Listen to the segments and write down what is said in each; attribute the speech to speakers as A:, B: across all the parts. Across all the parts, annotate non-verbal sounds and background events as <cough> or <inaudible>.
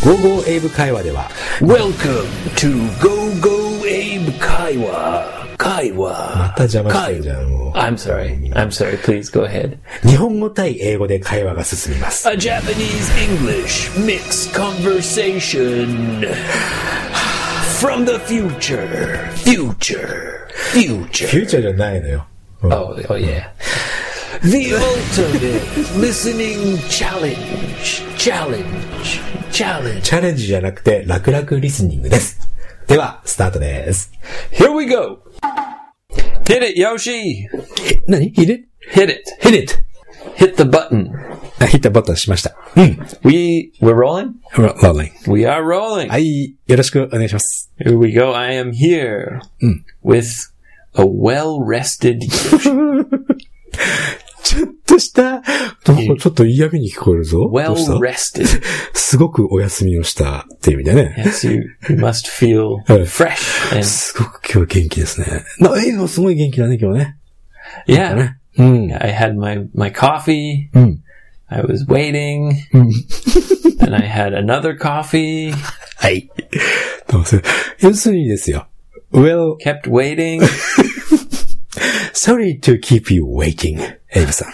A: GoGo 英語会話では
B: Welcome to Go Go Abe Kaiwa.
A: ま
B: Kaiwa.
A: た邪魔してるじゃんも
B: I'm sorry. I'm sorry. Please go ahead.
A: う日本語対英語で会話が進みます
B: A Japanese English mixed conversation from the future. Future.
A: フ
B: Future.
A: ューチャーじゃないのよ、うん
B: Oh, oh yeah. The <laughs> ultimate listening challenge. Challenge. Challenge.
A: チャレンジじゃなくて楽々リスニングですではスタートです
B: Here we go. Hit it, Yoshi.
A: 何ヒデ
B: Hit it.
A: ヒデ
B: Hit the button.
A: あ、ヒットボタンしました。うん。
B: We we're rolling.
A: ロローリン。
B: We are rolling.
A: はい。よろしくお願いします。
B: Here we go. I am here with a well-rested
A: ちょっとした、なんかちょっと嫌味に聞こえるぞ。どうした
B: well rested.
A: すごくお休みをしたっていう意味でね。
B: yes, you, you must feel
A: Uh.
B: fresh and
A: <laughs> すごく今日元気ですね。な、え、もうすごい元気だね、今日ね。だ
B: yeah.
A: ね。うん。
B: I had my my coffee.
A: Mm.
B: I was waiting. and I had another coffee.
A: はい。どうせ。要するにですよ。Well,
B: Kept waiting.
A: sorry to keep you waiting, エイブさん。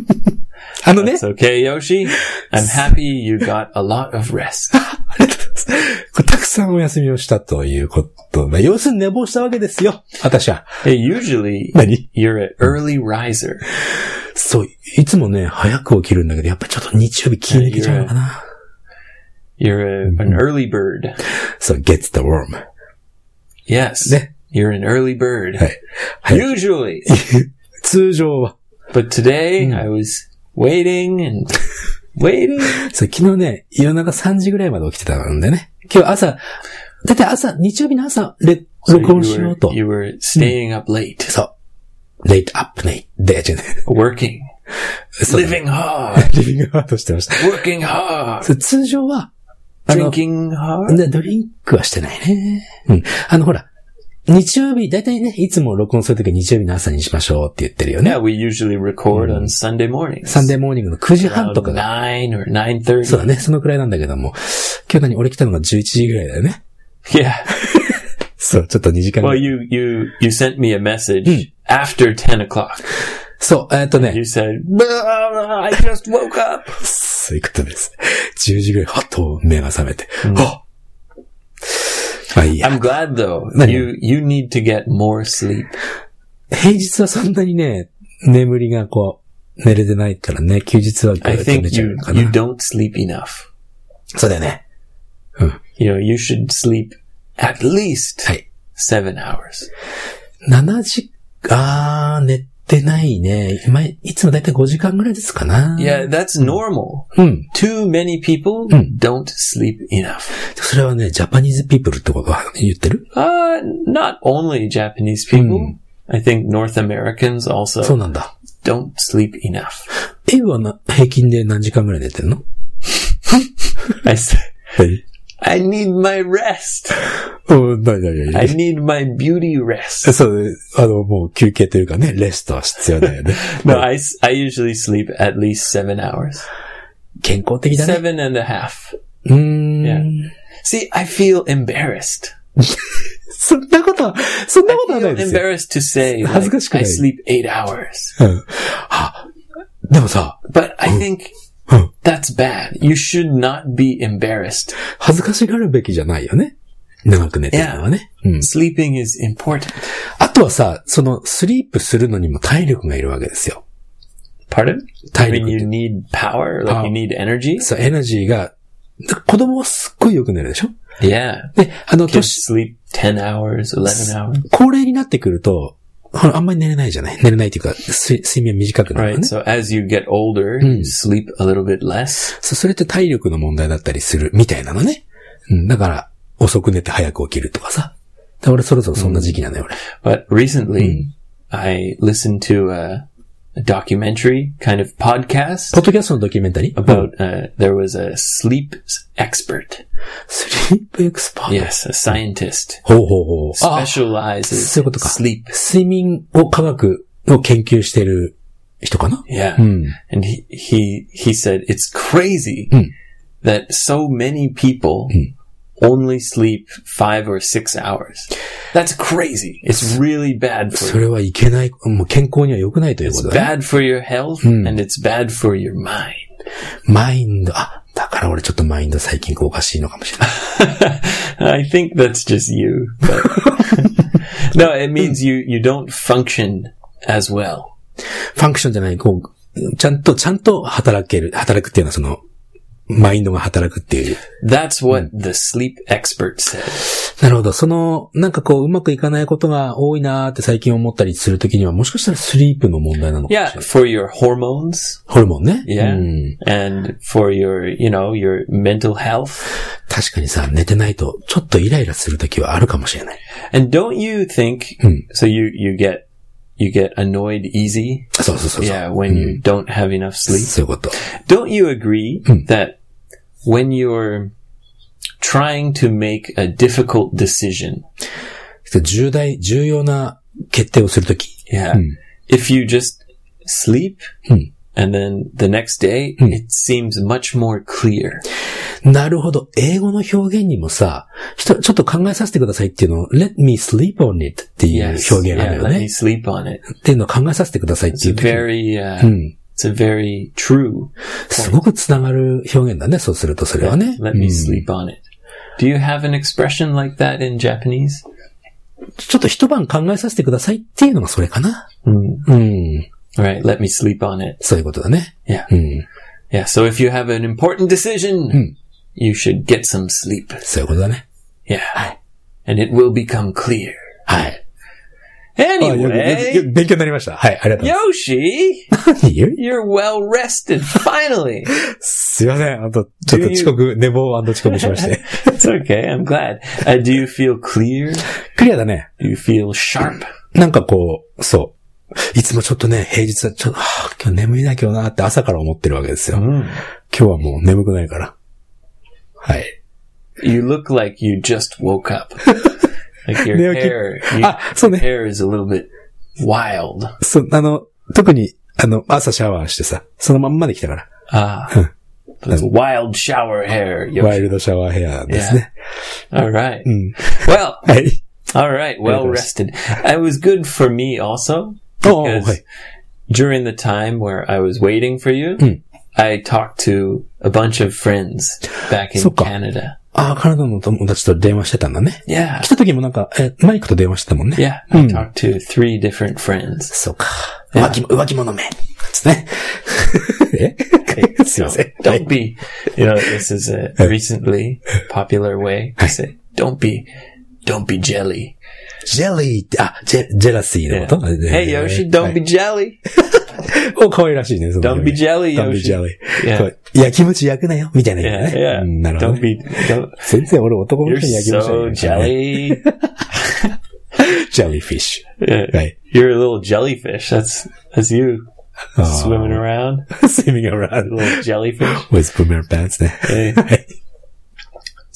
A: <laughs> あのね
B: It's、okay, Yoshi. I'm happy you got a lot of rest.
A: ありがとうございますこれたくさんお休みをしたということ。まあ、要するに寝坊したわけですよ。私は。
B: Hey, usually
A: 何
B: you're an early riser.
A: そう、いつもね、早く起きるんだけど、やっぱちょっと日曜日気抜けちゃうのかな。
B: You're a, an early bird.
A: そう、gets the worm. <laughs>
B: Yes.
A: Yeah.
B: You're an early bird.
A: Hey. Hey.
B: Usually.
A: 通常は。
B: But today
A: Hmm.
B: I was waiting and
A: <laughs>
B: waiting.
A: そう、昨日ね、夜中3時ぐらいまで起きてたんでね。今日朝、だって朝、日曜日の朝、レ録音しよう
B: you,
A: と
B: were,。you were
A: Hmm.
B: staying up late,
A: そう。レイトアップね。で、違うね。 <laughs>
B: working,
A: そう
B: living hard,
A: リビングハートしてました。<laughs>
B: working hard,
A: そう通常は、あの、
B: drinking hard.
A: ねドリンクはしてないね。うん。あの、ほら、日曜日、だいたいね、いつも録音するときは日曜日の朝にしましょうって言ってるよね
B: Yeah,。we usually record on
A: Hmm.
B: Sunday mornings.
A: サンデーモーニングの9時半
B: around
A: とかが。
B: nine or
A: そうだ
B: 9.30.
A: ね、そのくらいなんだけども。今日何、俺来たのが11時ぐらいだよね。
B: Yeah.
A: そう、ちょっと2時間ぐ
B: Well,
A: らい。
B: you, you, you sent me a message after 10 o'clock.
A: そう、えーっとね、
B: You said, "Blah, I just woke up.
A: そういうことです。10時ぐらい、はっと目が覚めて。あまあいいや。
B: I'm glad though.
A: No, no.
B: You, you need to get more sleep.
A: 平日はそんなにね、眠りがこう、寝れてないからね、休日はこう
B: I
A: やって寝
B: think
A: ちゃう
B: you
A: のか
B: you
A: な。
B: don't sleep enough.
A: そうだよね。
B: You know, you should sleep at least
A: はい。
B: seven hours.
A: 7時、あー、寝てないね。今、いつもだいたい5時間ぐらいですかな。
B: Yeah, that's normal.
A: うん。
B: Too many people don't sleep enough.
A: それはね、ジャパニーズピープルってことは言ってる
B: Uh, not only Japanese people. I think North Americans
A: そう
B: also
A: なんだ。
B: don't sleep enough.
A: エイブはな、平均で何時間ぐらい寝てんの
B: I said,
A: はい。
B: <laughs> I need my rest.
A: うん、だいだいだ
B: I
A: い。
B: need my beauty rest.
A: そう、あの、もう休憩というかね、レストは必要 <laughs> だよね。
B: <laughs> No, I, s- I usually sleep at least seven hours.
A: 健康的だね。
B: Seven and a half.
A: うーん。
B: See, I feel embarrassed.
A: そんなことは、そんなことはない
B: feel
A: ですよ。
B: embarrassed to say like,
A: 恥ずかしくない。
B: <laughs> I sleep eight <laughs> hours.
A: うん。あ、でもさ、
B: But I think
A: うん。
B: that's bad. You should not be embarrassed.
A: 恥ずかしがるべきじゃないよね。長く寝てるのはね。
B: Hmm.
A: うん。
B: Sleeping is important.
A: あとはさ、その、スリープするのにも体力がいるわけですよ。
B: Pardon?
A: 体
B: I mean,
A: 力っ
B: you
A: て。
B: need power, like
A: Power.
B: you need energy.
A: そう、エナジーが、子供はすっごいよく寝るでしょ
B: Yeah.
A: で、あの、
B: Just
A: 年、
B: sleep 10 hours, 11 hours.
A: 高齢になってくると、ほらあんまり寝れないじゃない寝れないっていうか、睡睡眠短くなるの
B: Right.
A: ね。
B: So as you get older, you sleep a little bit less.
A: そう、それって体力の問題だったりするみたいなのね。うん、だから、遅く寝て早く起きるとかさ。で俺そろそろそんな時期なのよ、俺。
B: But
A: Hmm.
B: recently, I listened to a, a documentary kind of podcast
A: ポッドキャストのドキュメンタリー
B: about, uh, there was a sleep s- expert.
A: スリープエクスパート。
B: Yes, a scientist
A: ほうほうほう。あ、
B: specializes
A: Ah, そういうこと
B: in
A: か。
B: sleep.
A: 睡眠を科学を研究している人かな
B: Yeah.
A: うん。Hmm.
B: And he, he, he said, it's crazy that so many people
A: Hmm.
B: only sleep five or six hours. That's crazy. It's really bad for
A: それはいけない、もう健康には良くないというこ
B: It's
A: とだね。
B: bad for your health
A: Hmm.
B: and it's bad for your mind.
A: マインド、あ、だから俺ちょっとマインド最近おかしいのかもしれない。
B: I think that's just you. But no, it means you, you don't function as well.
A: ファンクションじゃない、こう、ちゃんと、ちゃんと働ける、働くっていうのはその、マインドが働くっていう。
B: That's what the sleep expert said.
A: なるほど。その、なんかこう、うまくいかないことが多いなーって最近思ったりするときには、もしかしたらスリープの問題なのかもしれ
B: Yeah,
A: ない。
B: for your hormones
A: ホルモンね。
B: Yeah.
A: うん。
B: and for your, you know, your mental health.
A: 確かにさ、寝てないと、ちょっとイライラするときはあるかもしれない。
B: And don't you think, so you, you get, you get annoyed easy.
A: そうそうそうそう。
B: Yeah, when you don't have enough sleep.
A: そういうこと。
B: Don't you agree that when you're trying to make a difficult decision,
A: 重大、重要な決定をするとき。
B: yeah, if you just sleep and then the next day, it seems much more clear.
A: なるほど。英語の表現にもさ、ひとちょっと考えさせてくださいっていうのを、let me sleep on it っていう表
B: Yes,
A: 現があ
B: yeah,
A: るよ
B: let
A: ね
B: me。sleep on it.
A: っていうのを考えさせてくださいって
B: It's
A: い
B: a
A: う時に
B: very, uh,
A: うん。
B: it's a very true.
A: すごくつながる表現だね。そうするとそれはね。
B: Let me
A: うん
B: sleep on it. Do you have an expression like that in Japanese?
A: ちょっと一晩考えさせてくださいっていうのがそれかな。
B: Mm.
A: うん。
B: All right, let me sleep on it.
A: そういうことだね。
B: Yeah.
A: うん。
B: Yeah, so if you have an important decision, you should get some sleep.
A: そういうことだね。
B: Yeah. And it will become clear.
A: はい。
B: Oh, Anyway,
A: 勉強になりました。はい、ありがとうござい
B: Yoshi,
A: ます。 <laughs> 何言う
B: you're well rested, <laughs> finally.
A: すいません。あと、ちょっと遅刻、寝坊遅刻しま
B: <laughs>
A: して。
B: it's okay, I'm glad. Uh, do you feel clear?
A: クリアだね。
B: Do you feel sharp?
A: なんかこう、そう。いつもちょっとね、平日はちょっと、はあ今日眠いな今日なって朝から思ってるわけですよ。今日はもう眠くないから。はい。
B: You look like you just woke up. Like your
A: Naoki.
B: hair, you-
A: あ、そう
B: your
A: ね。
B: hair is a little bit wild.
A: そう、あの、特に、あの、朝シャワーしてさ、そのまんまで来たから。
B: Ah, that's wild shower hair.
A: ワイ
B: Yoshi.
A: ルドシャワーヘアですね。
B: All right. Well,
A: はい。
B: all right. Well
A: Anything else?
B: rested. It was good for me also.
A: おー
B: because
A: はい。
B: during the time where I was waiting for you, I talked to a bunch of friends back in
A: そっか。
B: Canada.
A: ああ、カナダの友達と電話してたんだね。
B: Yeah.
A: 来た時もなんか、え、マイクと電話してたもんね。
B: Yeah. I talked to three different friends.
A: そうか。浮気も、浮気者め。ですね。え <laughs> すいません。は
B: Don't
A: い
B: be, you know, this is a <laughs> recently popular way to say, don't be, don't be jelly.
A: ジェリーって、あ、ジェ、ジェラシーのこと
B: Hey, Yoshi, don't be jelly.
A: お、可愛らしいね。その
B: Don't be jelly,
A: ダンビジ
B: Yoshi.
A: ャリ
B: Yeah.
A: ー。焼き餅焼くなよみたいな意味だね。
B: Yeah. yeah.
A: うんなるほど
B: Don't
A: ね。
B: be, don't,
A: 全然俺男の
B: you're
A: 人に焼き餅
B: so
A: 焼いてない
B: <laughs> jelly.
A: ジェリーフィッシ
B: Yeah.
A: ュ。はい。 <laughs>
B: You're a little jellyfish. That's, that's you
A: あー
B: swimming around.
A: swimming around
B: <laughs> little jellyfish.
A: with boomer pants ね。
B: Hey.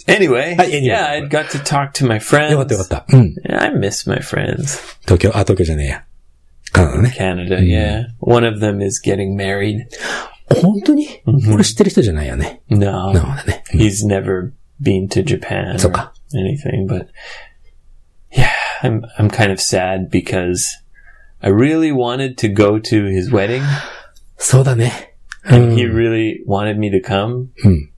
B: anyway,
A: Hi, anyway.
B: yeah, I got to talk to my friends.
A: よかったよかった。うん。
B: Yeah, I miss my friends.
A: 東京、あ、東京じゃねえや。カナダね。
B: Canada, yeah. One of them is getting married.
A: 本当に俺知ってる人じゃないよね。
B: No,
A: なるほどね。
B: he's never been to Japan
A: So-
B: or anything. But yeah, I'm I'm kind of sad because I really wanted to go to his wedding.
A: そうだね。
B: and he really wanted me to come.
A: Hmm.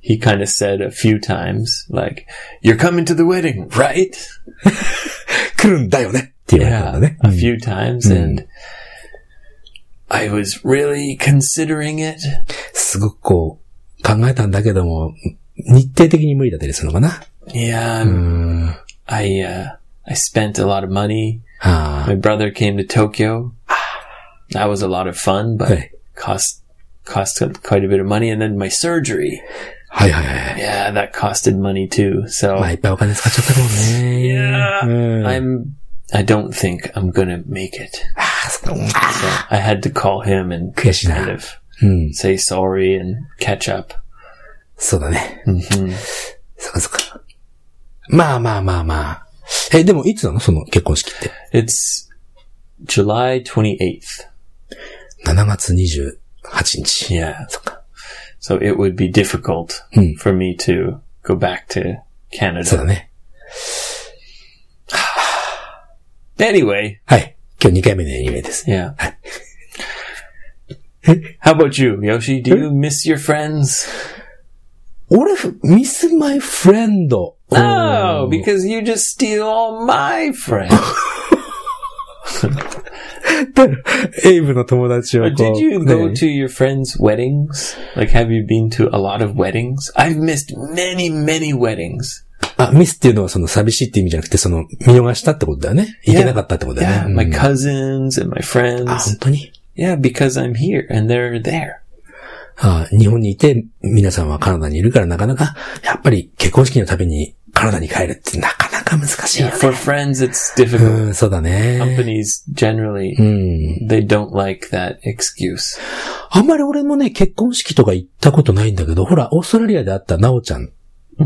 B: He kind of said a few times, like, "You're coming to the wedding, right?"
A: 来るんだよねって言われたんだ
B: Yeah,
A: ね。
B: a few times, and I was really considering it.
A: すごくこう、考えたんだけども、日程的に無理だったりするのかな。
B: Yeah,
A: う
B: I'm-
A: ん。あ
B: I uh, I spent a lot of money.
A: あ。
B: My brother came to Tokyo. That was a lot of fun, but
A: Hey.
B: cost cost quite a bit of money. And then my surgery,
A: はいはいはいはい。
B: yeah, that costed money too. So
A: まあ、いっぱいお金使っちゃったかもね。いやうん。あ
B: I'm I don't think I'm gonna make it.
A: あ、そうあ
B: So I had to call him and
A: 悔しい
B: kind
A: な。
B: of
A: うん。
B: say sorry and catch up.
A: そうだね。うん。そっかそっか。まあまあまあまあ。え、でもいつなのその結婚式って。
B: It's July 28th.
A: 7月28日。
B: Yeah.
A: そっか。
B: So it would be difficult
A: Hmm.
B: for me to go back to
A: そうだ
B: Canada.
A: ね。
B: Anyway,
A: はい。今日2回目のアニメです。
B: yeah. <laughs> How about you, Yoshi? Do you miss your friends?
A: 俺、miss my friend.
B: No, because you just steal all my friends. <laughs>
A: エイブの友達を
B: But
A: こう
B: did you go
A: ね
B: to your friends' weddings? Like, have you been to a lot of weddings? I've missed many, many weddings.
A: あ、ミスっていうのはその寂しいって意味じゃなくて、その見逃したってことだよね。いけなかったってことだ
B: Yeah,
A: よ
B: Oh.
A: ね。
B: my
A: うん
B: cousins and my
A: あ、本
B: friends.
A: 当に
B: Yeah, because I'm here and they're there.
A: あ日本にいて、皆さんはカナダにいるからなかなか、やっぱり結婚式のたびにカナダに帰るってなかなか難しいよ
B: Yeah,
A: ね。
B: for friends, it's
A: う
B: <laughs> difficult.
A: ん、そうだね。
B: Companies generally
A: うん。
B: they don't like that excuse.
A: あんまり俺もね、結婚式とか行ったことないんだけど、ほら、オーストラリアで会ったナオちゃんっ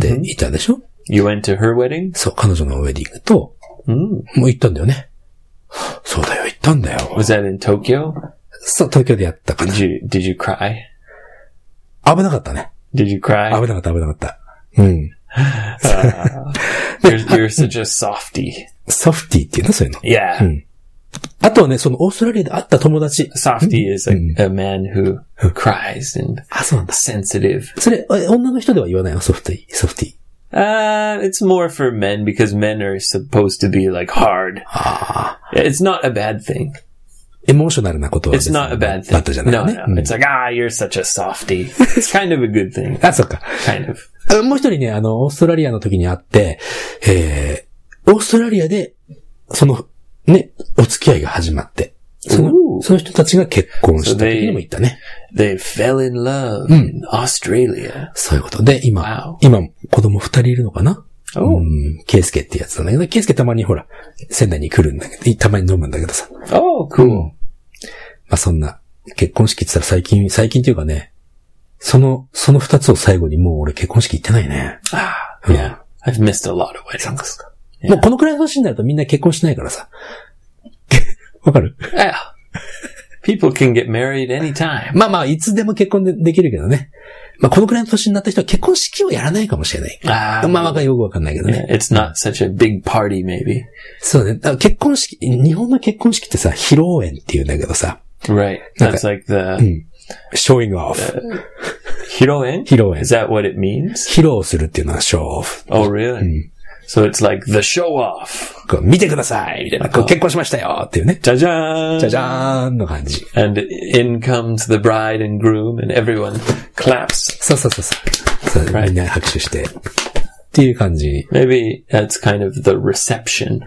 A: ていたでしょ
B: You went to her wedding?
A: そう、彼女のウェディングと、
B: Mm.
A: もう行ったんだよね。そうだよ、行ったんだよ。
B: Was that in Tokyo?
A: そう、東京でやったかな
B: Did。you did you cry?
A: 危なかったね。
B: Did you cry?
A: 危なかった、危なかった。うん。
B: Uh, you're, you're such a softie.
A: ソフティっていうのそういうの。
B: Yeah.
A: Hmm. あとはね、そのオーストラリアで会った友達。
B: Softy is a, a man who cries and
A: あ、そうなんだ。
B: sensitive.
A: それ、え女の人では言わないのソフティ、ソフティ。
B: Uh, it's more for men because men are supposed to be like hard. It's not a bad thing.
A: エモーショナルなことは別
B: It's
A: に。
B: not a bad
A: だ
B: thing.
A: ったじゃない
B: No,
A: よね。
B: no. It's like, ah, you're such a softy. <laughs> It's kind of a good thing.
A: あ、そっか。
B: Kind of.
A: あもう一人ね、あの、オーストラリアの時に会って、えー、オーストラリアで、その、ね、お付き合いが始まって、その
B: Ooh.
A: その人たちが結婚した
B: So they-
A: 時にも行ったね。
B: They fell in love in Australia.
A: そういうことで、今
B: Wow.、
A: 今、子供二人いるのかな
B: Oh.
A: うん、ケイスケってやつなんだけど、ケイスケたまにほら、仙台に来るんだけど、たまに飲むんだけどさ。ま
B: Oh, cool.
A: あそんな、結婚式って言ったら最近、最近っていうかね、その、その二つを最後にもう俺結婚式行ってないね。
B: Ah,
A: Hmm.
B: yeah. I've missed a lot of weddings.
A: もうこのくらいの年になるとみんな結婚しないからさ。 <laughs> わかる
B: Yeah. People can get married anytime.
A: まあまあ、いつでも結婚でできるけどね。まあこのくらいの年になった人は結婚式をやらないかもしれない。
B: Ah,
A: まあわかよくわかんないけど
B: yeah,
A: ね。
B: it's not such a big party, maybe.
A: そうね。あ結婚式、日本の結婚式ってさ、披露宴っていうんだけどさ、
B: Right. Mm. That's like the
A: ショーイングオフ。
B: hiroen.
A: 披露宴
B: Is。that what it means?
A: 披露するっていうのはショーオフ。
B: Oh, really? So it's like the show off.
A: こう見てくださいみたいな。こう結婚しましたよっていうね。
B: Ja ja.
A: じゃじゃーんの感じ。
B: And in comes the bride and groom, and everyone claps.
A: そうそうそうそうそう。
B: Right.
A: みんな拍手して。っていう感じ。
B: Maybe that's kind of the reception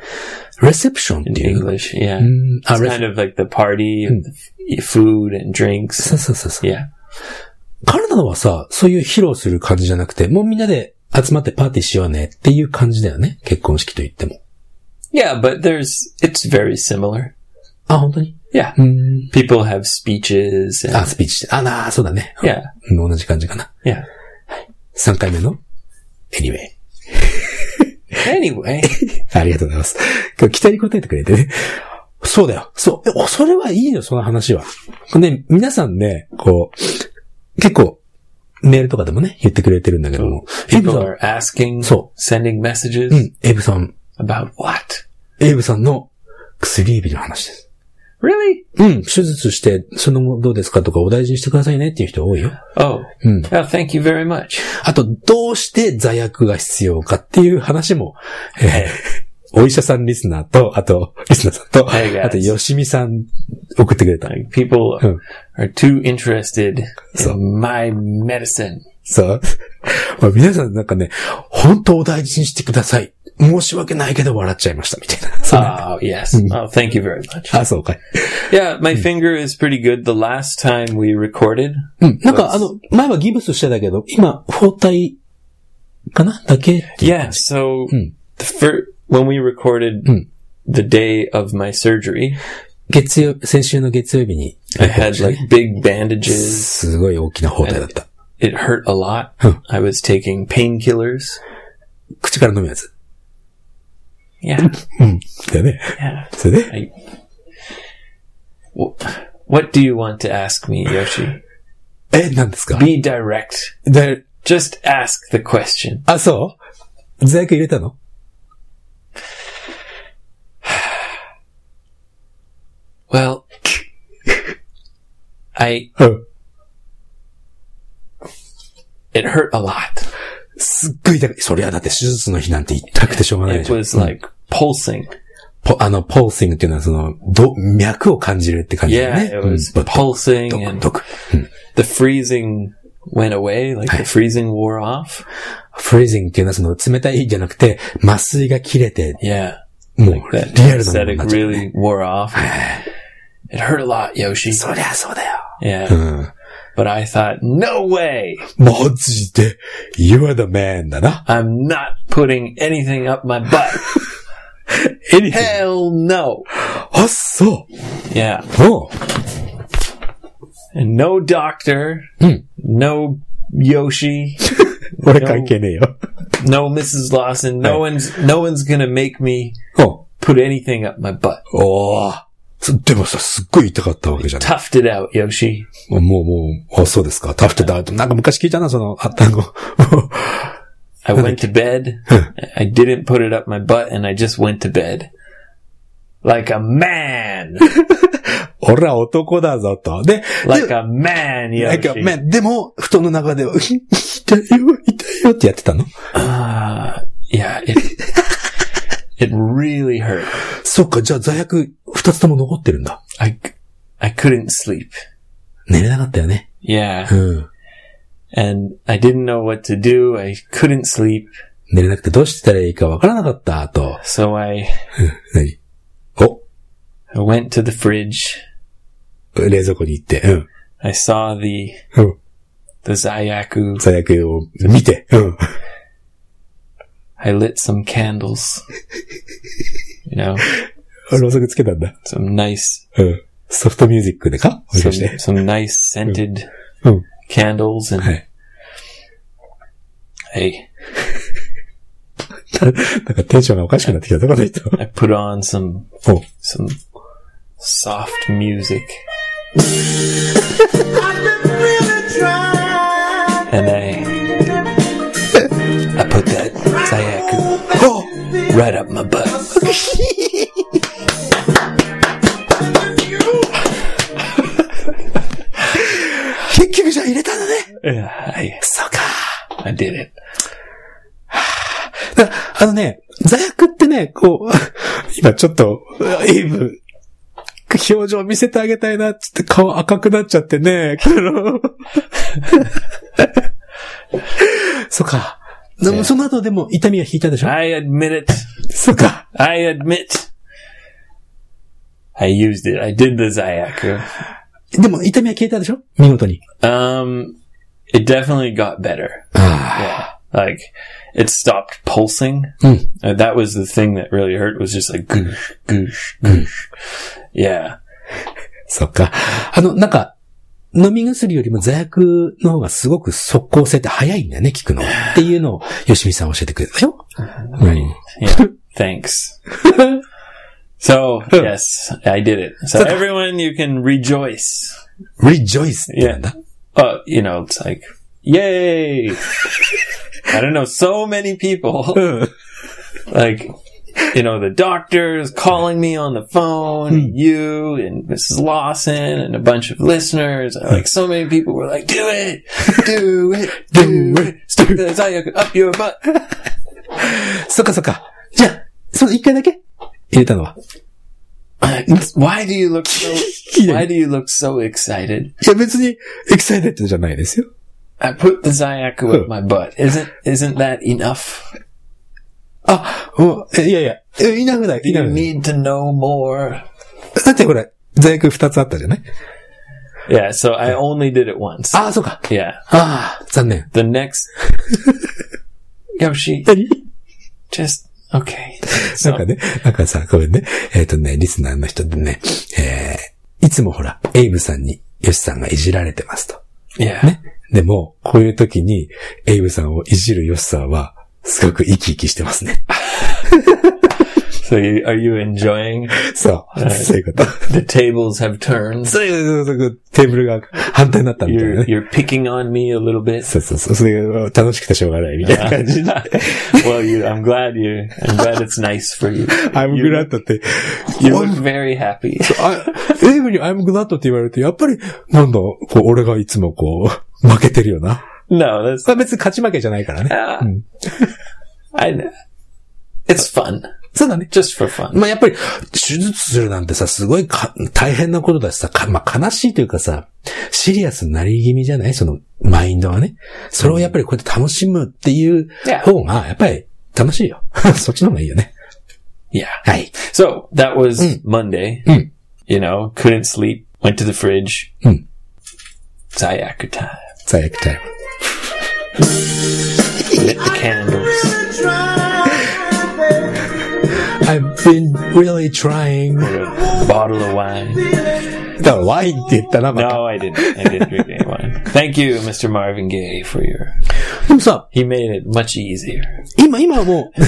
A: レセプションって
B: in
A: いう。
B: English. Yeah. Mm. Ah,
A: うんあ、レセ
B: kind of like the party, f- food and drinks.
A: そうそうそうそう。
B: Yeah.
A: カナダのはさ、そういう披露する感じじゃなくて、もうみんなで集まってパーティーしようねっていう感じだよね。結婚式と言っても。
B: Yeah, but there's, it's very similar.
A: あ、本当に
B: Yeah.
A: うん。
B: People have speeches. And,
A: あ、スピーチして。あ、なあ、そうだね。
B: yeah.
A: うん同じ感じかな。
B: Yeah.
A: 3回目のエニメ <laughs>
B: Anyway.
A: ありがとうございます。今日期待に応えてくれてね。そうだよ。そう。えおそれはいいよ、その話は。ね、皆さんね、こう、結構、メールとかでもね、言ってくれてるんだけども。エイブ
B: People
A: さん、
B: are asking,
A: So- hmm.
B: sending messages
A: うん、エイブさん、
B: about what?
A: エイブさんの薬指の話です。
B: Really?
A: うん、手術して、その後どうですかとかお大事にしてくださいねっていう人多いよ。
B: Oh,
A: うん。
B: well, thank you very much.
A: あと、どうして座薬が必要かっていう話も、えーお医者さんリスナーと、あと、リスナーさんと、
B: Hey, guys.
A: あと、よしみさん送ってくれた。
B: Like, people
A: Hmm.
B: are too interested
A: So-
B: in my medicine.
A: そう。 <laughs> まあ皆さんなんかね、本当お大事にしてください。申し訳ないけど笑っちゃいました、みたいな。そうね
B: Oh, yes.
A: Hmm.
B: Oh, thank you very much.
A: あ、そうかい。
B: Yeah,
A: Hmm.
B: my finger is pretty good. The last time we recorded,
A: うん。なんかあの、前はギブスしてたけど、今、包帯かなだけ
B: Yeah, so
A: Hmm.
B: the fir- when we recorded
A: Hmm.
B: the day of my surgery,
A: 月曜、先週の月曜日に。
B: I had like big bandages.
A: すごい大きな包帯だった。
B: It hurt a lot.
A: Hmm.
B: I was taking painkillers.
A: 口から飲むやつ。
B: Yeah,
A: うん。だよね。
B: yeah.
A: それで、
B: Wh- What do you want to ask me, Yoshi?
A: え、何ですか
B: Be direct.
A: で、
B: Just ask the question.
A: あ、そう座薬入れたの
B: Well, <laughs> I,
A: うん。
B: it hurt a lot.
A: すっごい痛く、そりゃだって手術の日なんて痛くてしょうがないで
B: It
A: しょ。
B: was like pulsing.
A: ポあの、ポーシングっていうのはその、ど、脈を感じるって感じだよね。
B: Yeah, Mm, it was
A: うん
B: pulsing
A: ドク
B: and
A: ドク。うん。
B: the freezing went away, like <laughs> the freezing wore off.
A: フリージングっていうのはその、冷たいじゃなくて、麻酔が切れて、
B: Yeah.
A: もう、リ
B: That
A: アルなものに
B: anesthetic
A: なっちゃう、ね。
B: really wore <sighs> off. It hurt a lot, Yoshi.
A: そりゃそうだよ。
B: Yeah.
A: うん。
B: But I thought, no way!
A: マジで、You are the man だな。
B: I'm not putting anything up my butt.
A: エリ
B: Hell no!
A: あ、そ
B: Yeah.
A: う。も
B: And no doctor,
A: Hmm.
B: no Yoshi,
A: う、俺関係ねえよ。
B: no Mrs. Lawson. No one's no one's gonna make me
A: うん。
B: put anything up my butt.
A: おーそでもさ、すっごい痛かったわけじゃない。
B: Toughed it out, Yoshi.
A: もう、もう、あ、そうですか。タフトダウト。なんか昔聞いたな、その、あったの。 <laughs>
B: <laughs> I went to bed. I didn't put it up my butt, and I just went to bed like a <laughs> man,
A: 俺は男だぞ、と。で、
B: like
A: で
B: a man,
A: なん
B: Yoshi.
A: か、めでも、布団の中では、 <laughs> 痛いよ、痛いよってやってたの
B: Ah, yeah, it <laughs> it really hurt.
A: そっか、じゃあ、座薬、二つとも残ってるんだ。
B: I c- I couldn't sleep.
A: 寝れなかったよね。
B: Yeah,
A: うん。
B: and I didn't know what to do. I couldn't sleep,
A: 寝れなくてどうしてたらいいかわからなかった、と。
B: so I
A: 何お、
B: I went to the fridge.
A: 冷蔵庫に行って、うん。
B: I saw the
A: うん。
B: the Zayaku.
A: 座薬を見て、うん。
B: I lit some candles. You know,
A: ろうそくつけたんだ。
B: some nice
A: うん。ソフトミュージックでかもしか
B: some,
A: して。
B: some nice scented
A: うん。
B: candles and
A: はい。
B: I
A: なんかテンションがおかしくなってきたとこの人。
B: I put on some
A: お
B: some soft music
C: <laughs> I've been really trying.
B: and I I put that Zayaku right up
A: <laughs>
B: my butt.
C: Oh.
A: 結局じゃあ入れたのね。
B: Yeah, I
A: そうか。
B: I did it.
A: だあのね、座薬ってね、こう、 <laughs> 今ちょっと、エイブ、表情見せてあげたいなっつって顔赤くなっちゃってね、
B: <laughs>
A: 黒。 <laughs> そうか。でもその後でも痛みは引いたでしょ
B: I admit it.
A: そうか。
B: I admit. I used it. I did the Zayaku.
A: でも痛みは消えたでしょ見事に。
B: Um, it definitely got better. <sighs> Yeah. Like, it stopped pulsing.
A: Mm.
B: Uh, that was the thing that really hurt was just like goosh, goosh, goosh. Yeah.
A: そっか。あの、なんか、飲み薬よりも座薬の方がすごく即効性って早いんだよね、効くの。っていうのを、よしみさん教えてくれたよ。うん。
B: Yeah. <laughs> Thanks. So, yes, I did it. So everyone, you can rejoice.
A: rejoice ってなんだ。
B: Uh, you know, it's like, yay. I don't know. So many <laughs> people
A: うん。
B: like you know the doctors calling me on the phone and you and mrs lawson and a bunch of listeners like so many people were like do it do it <laughs> do it stick the Zayaku up your butt
A: そっかそっか。じゃあ、その一回だけ入れたのは。
B: why do you look so <laughs> why do you look so excited
A: いや別に、エキサイテッドじゃないですよ。
B: i put the Zayaku up my butt isn't isn't that enough Ah,
A: あ、もう、えいやいや、えいなくない、
B: do
A: いな
B: you
A: くない。
B: need to know more
A: だってほら、座薬二つあったじゃない
B: yeah so i only did it once
A: ああ、そうか。
B: yeah
A: ああ、残念。
B: the next <laughs> yoshi
A: 何
B: just okay
A: なんかね、なんかさ、ごめんね。えっ、とね、リスナーの人でね、えー、いつもほら、エイブさんに、ヨシさんがいじられてますと。
B: yeah
A: ね。でも、こういう時に、エイブさんをいじるヨシさんは、すごく生き生きしてますね。
B: So you, are you enjoying?
A: そう。そういうこと。
B: The tables have turned.
A: そういう、そういうテーブルが反対になったみたいなね。
B: You're you're picking on me a little bit.
A: そうそうそう。それが楽しくてしょうがないみたいな感じ。
B: <laughs> well, you, I'm glad you. I'm glad it's nice for you.
A: I'm glad だって。
B: You look very happy.
A: あエイブに I'm glad って言われると、やっぱり、なんだ、こう、俺がいつもこう、負けてるよな。
B: No, that's.
A: まあ別に勝ち負けじゃないからね。
B: Uh, I. know. It's fun,
A: そうだね。
B: just for fun.
A: まあやっぱり、手術するなんてさ、すごいか大変なことだしさ、かまあ悲しいというかさ、シリアスになり気味じゃないその、マインドはね。それをやっぱりこうやって楽しむっていう
B: や
A: 方が、やっぱり楽しいよ。 <laughs> そっちの方がいいよね。
B: Yeah.
A: はい。
B: So that was Monday.
A: Mm.
B: You know, couldn't sleep. Went to the fridge.
A: Mm.
B: Sayaka time.
A: 最悪タイム。
B: Lit the candles.
A: I've been really trying.
B: Put a bottle of wine.
A: だからワインって言ったな、また
B: No, I didn't. I didn't drink any wine. Thank you, Mr. Marvin Gaye, for your.
A: でもさ、
B: He made it much easier.
A: 今、今はもう、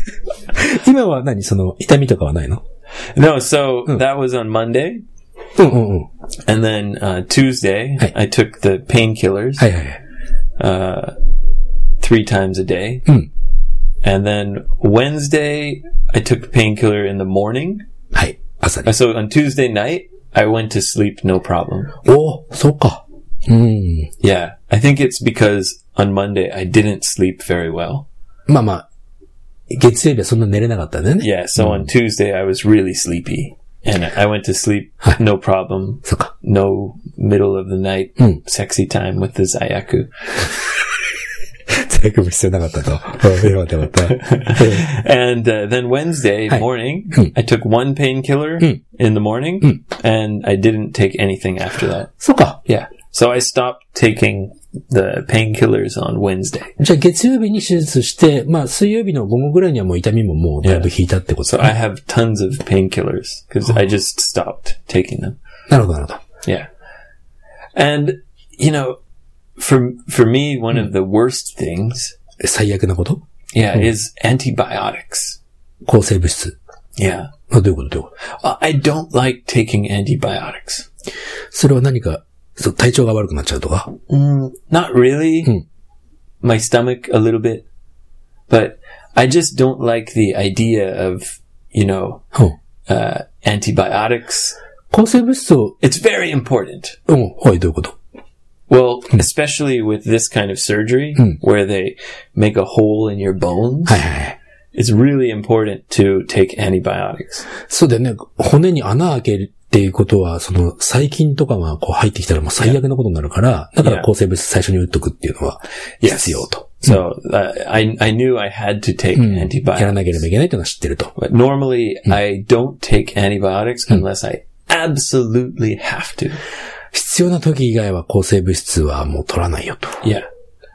A: <laughs> 今は何その、痛みとかはないの
B: No, so that was on Monday,
A: うんうんうん。
B: and then uh, Tuesday
A: Hey.
B: I took the painkillers
A: はいはいはい。
B: uh, three times a day,
A: Mm.
B: and then Wednesday I took the painkiller in the morning.
A: はい。朝に
B: Uh,。So on Tuesday night I went to sleep no problem.
A: おおそうか。うん。
B: Yeah, I think it's because on Monday I didn't sleep very well.
A: まあまあ、月曜日はそんな寝れなかったんだよね。
B: Yeah, so on Tuesday I was really sleepy, and I went to sleep <laughs> no problem.
A: そうか。
B: no middle of the night
A: Mm.
B: sexy time with the Zayaku.
A: 体育部必要なかったと。うんよかったよかった。 <laughs>
B: And uh, then Wednesday
A: Hi.
B: morning,
A: Mm.
B: I took one painkiller
A: Mm.
B: in the morning
A: Mm.
B: and I didn't take anything after that.
A: そうか。
B: Yeah. So I stopped taking the painkillers on Wednesday.
A: じゃあ月曜日に手術して、まあ水曜日の午後ぐらいにはもう痛みももうだいぶ引いたってこと
B: So I have tons of painkillers because I just stopped taking them.
A: なるほどなるほど。
B: Yeah. And, you know, for, for me, one of the worst things,
A: 最悪なこと
B: yeah, is antibiotics.
A: 抗生物質。
B: Yeah.
A: あどういうことどういうこ
B: Uh, I don't like taking antibiotics.
A: とそれは何か、そう体調が悪くなっちゃうとか
B: Mm, not really.
A: Hmm.
B: My stomach a little bit, but I just don't like the idea of you know
A: うん。
B: uh, antibiotics.
A: 抗生物質を、
B: It's very important.
A: うん、はい、どういうこと
B: Well, especially with this kind of surgery where they make a hole in your bones,
A: はいはいはい。
B: it's really important to take antibiotics.
A: そうだよね。骨に穴開けるっていうことは、その、細菌とかがこう入ってきたらもう最悪なことになるから、だから抗生物質最初に打っとくっていうのは、必要と。
B: So uh, I I knew I had to take
A: やらな
B: antibiotics.
A: ければいけないっていうのは知ってると。
B: But normally I don't take antibiotics unless I absolutely have to.
A: 必要な時以外は抗生物質はもう取らないよと。
B: Yeah.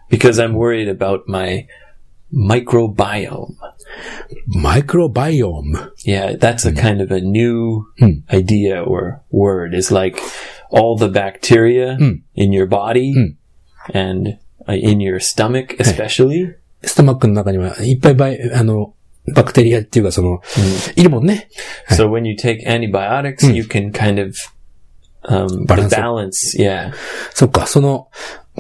B: Because I'm worried about my microbiome.
A: マイクロバイオーム。
B: Yeah, that's a kind of a new idea or word. It's like all the bacteria in your body and uh, in your stomach especially.
A: ストマックの中にはいっぱいバイ、あの、バクテリアっていうかその、いるもんね。
B: So when you take antibiotics, you can kind of um,
A: Balance
B: balance.
A: it.
B: balance. Yeah.
A: そっか、その、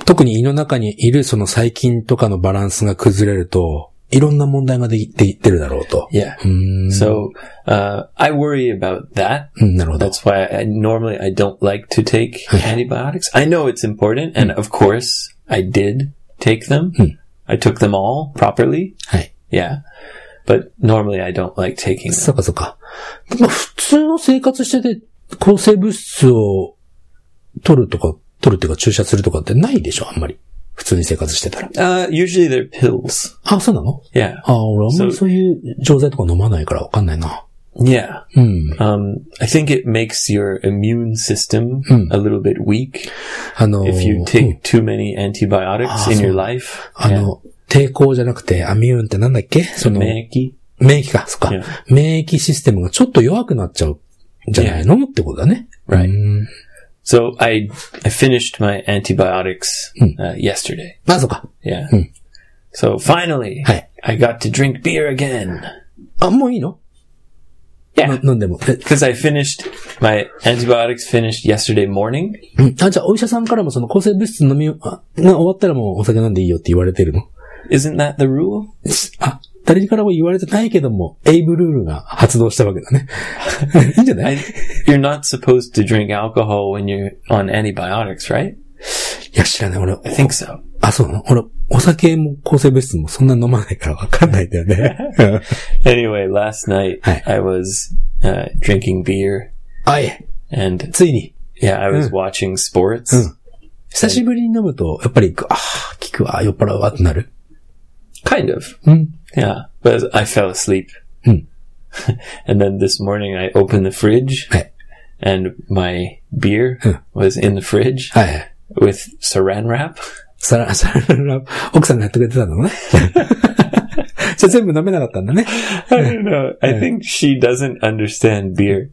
A: 特に胃の中にいるその細菌とかのバランスが崩れると、いろんな問題ができて出るだろうと。
B: Yeah.
A: うーん
B: So uh, I worry about that.
A: うん、なるほど。
B: That's why I, normally I don't like to take antibiotics. I know it's important, and of course I did take them. I took them all properly.
A: はい。
B: Yeah, but normally I don't like taking them.
A: そうかそうか。まあ普通の生活してて、抗生物質を取るとか、取るっていうか注射するとかってないでしょあんまり。普通に生活してたら。
B: Uh, usually they're pills. Oh.
A: あ、そうなの
B: Yeah,
A: あ、俺あんまり
B: そう
A: そういう錠剤とか飲まないからわかんないな。
B: yeah.
A: うん。
B: Um, I think it makes your immune system a little bit weak
A: あのー、
B: if you
A: うん
B: take too many antibiotics
A: Ah,
B: in
A: so-
B: your life.
A: あ
B: Yeah.
A: の、抵抗じゃなくて、アミューンってなんだっけその、免
B: Maggie.
A: 疫か、そっか
B: Yeah.。
A: 免疫システムがちょっと弱くなっちゃうんじゃないのってことだね。
B: Right.
A: うん。
B: So I I finished my antibiotics uh, yesterday.
A: まあ、そうか。
B: Yeah.
A: Hmm.
B: So finally,
A: Hey.
B: I got to drink beer again.
A: あ、もういいの
B: Yeah.
A: 飲んでも。で
B: Because I finished my antibiotics finished yesterday morning.
A: うんあ、じゃあお医者さんからもその抗生物質飲み、あが終わったらもうお酒飲んでいいよって言われてるの
B: Isn't that the rule?
A: あ、誰からも言われてないけども、エイブルールが発動したわけだ
B: <laughs>
A: ね。いいんじゃない
B: I, <laughs> you're not supposed to drink alcohol when you're on antibiotics, right?
A: いや、知らない。俺、
B: I think so.
A: あ、そうなの俺、お酒も抗生物質もそんな飲まないからわかんないんだよね。うん
B: Anyway, last night
A: Hi.
B: I was uh, drinking beer
A: <laughs> あ、いえ、
B: and
A: ついに。
B: yeah, I was watching sports.
A: Mm. 久しぶりに飲むと、やっぱり、ああ、効くわ、酔っ払うわってなる。
B: Kind of.
A: うん。
B: Yeah. But I fell asleep.
A: Mm.
B: <laughs> and then this morning I opened the fridge
A: Hey.
B: and my beer
A: Mm.
B: was in the fridge
A: はいはい。
B: with saran wrap. <laughs>
A: さら、さら、奥さんがやってくれてたんだろうね。 <laughs> じゃあ全部飲めなかったんだね。
B: I don't know. I think she doesn't understand beer.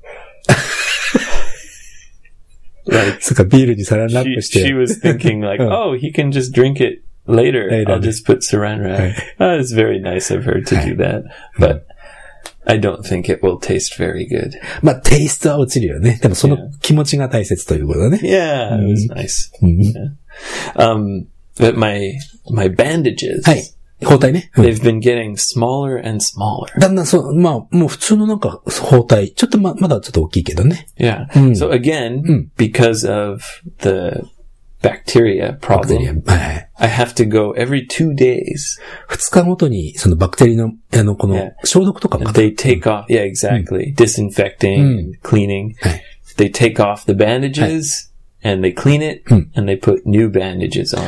B: like
A: そっか、ビールにサランラッ
B: she,
A: プして。
B: she was thinking
A: <laughs>
B: like,
A: Uh.
B: oh, he can just drink it later.
A: Later.
B: I'll just put saran wrap. <laughs> Oh, it's very nice of her to do that, but I don't think it will taste very good.
A: まあ、テイストは落ちるよね。でもその気持ちが大切ということだね。
B: Yeah, it was
A: Mm-hmm.
B: nice. Yeah. Um, but my my bandages,
A: はい。包帯ね。うん
B: they've been getting smaller and smaller.
A: だんだんそう、まあ、もう普通のなんか包帯。ちょっとま、まだちょっと大きいけどね。
B: Yeah.
A: Mm.
B: So again,
A: Mm.
B: because of the bacteria
A: バクテリア。
B: problem,
A: はい。
B: I have to go every two days.
A: 二日ごとに、そのバクテリの、あの、この
B: ね、
A: 消毒とかもあった
B: They take off. Yeah, exactly. Disinfecting,
A: Mm.
B: and cleaning.
A: Hey.
B: They take off the bandages and they clean it
A: Mm.
B: and they put new bandages on.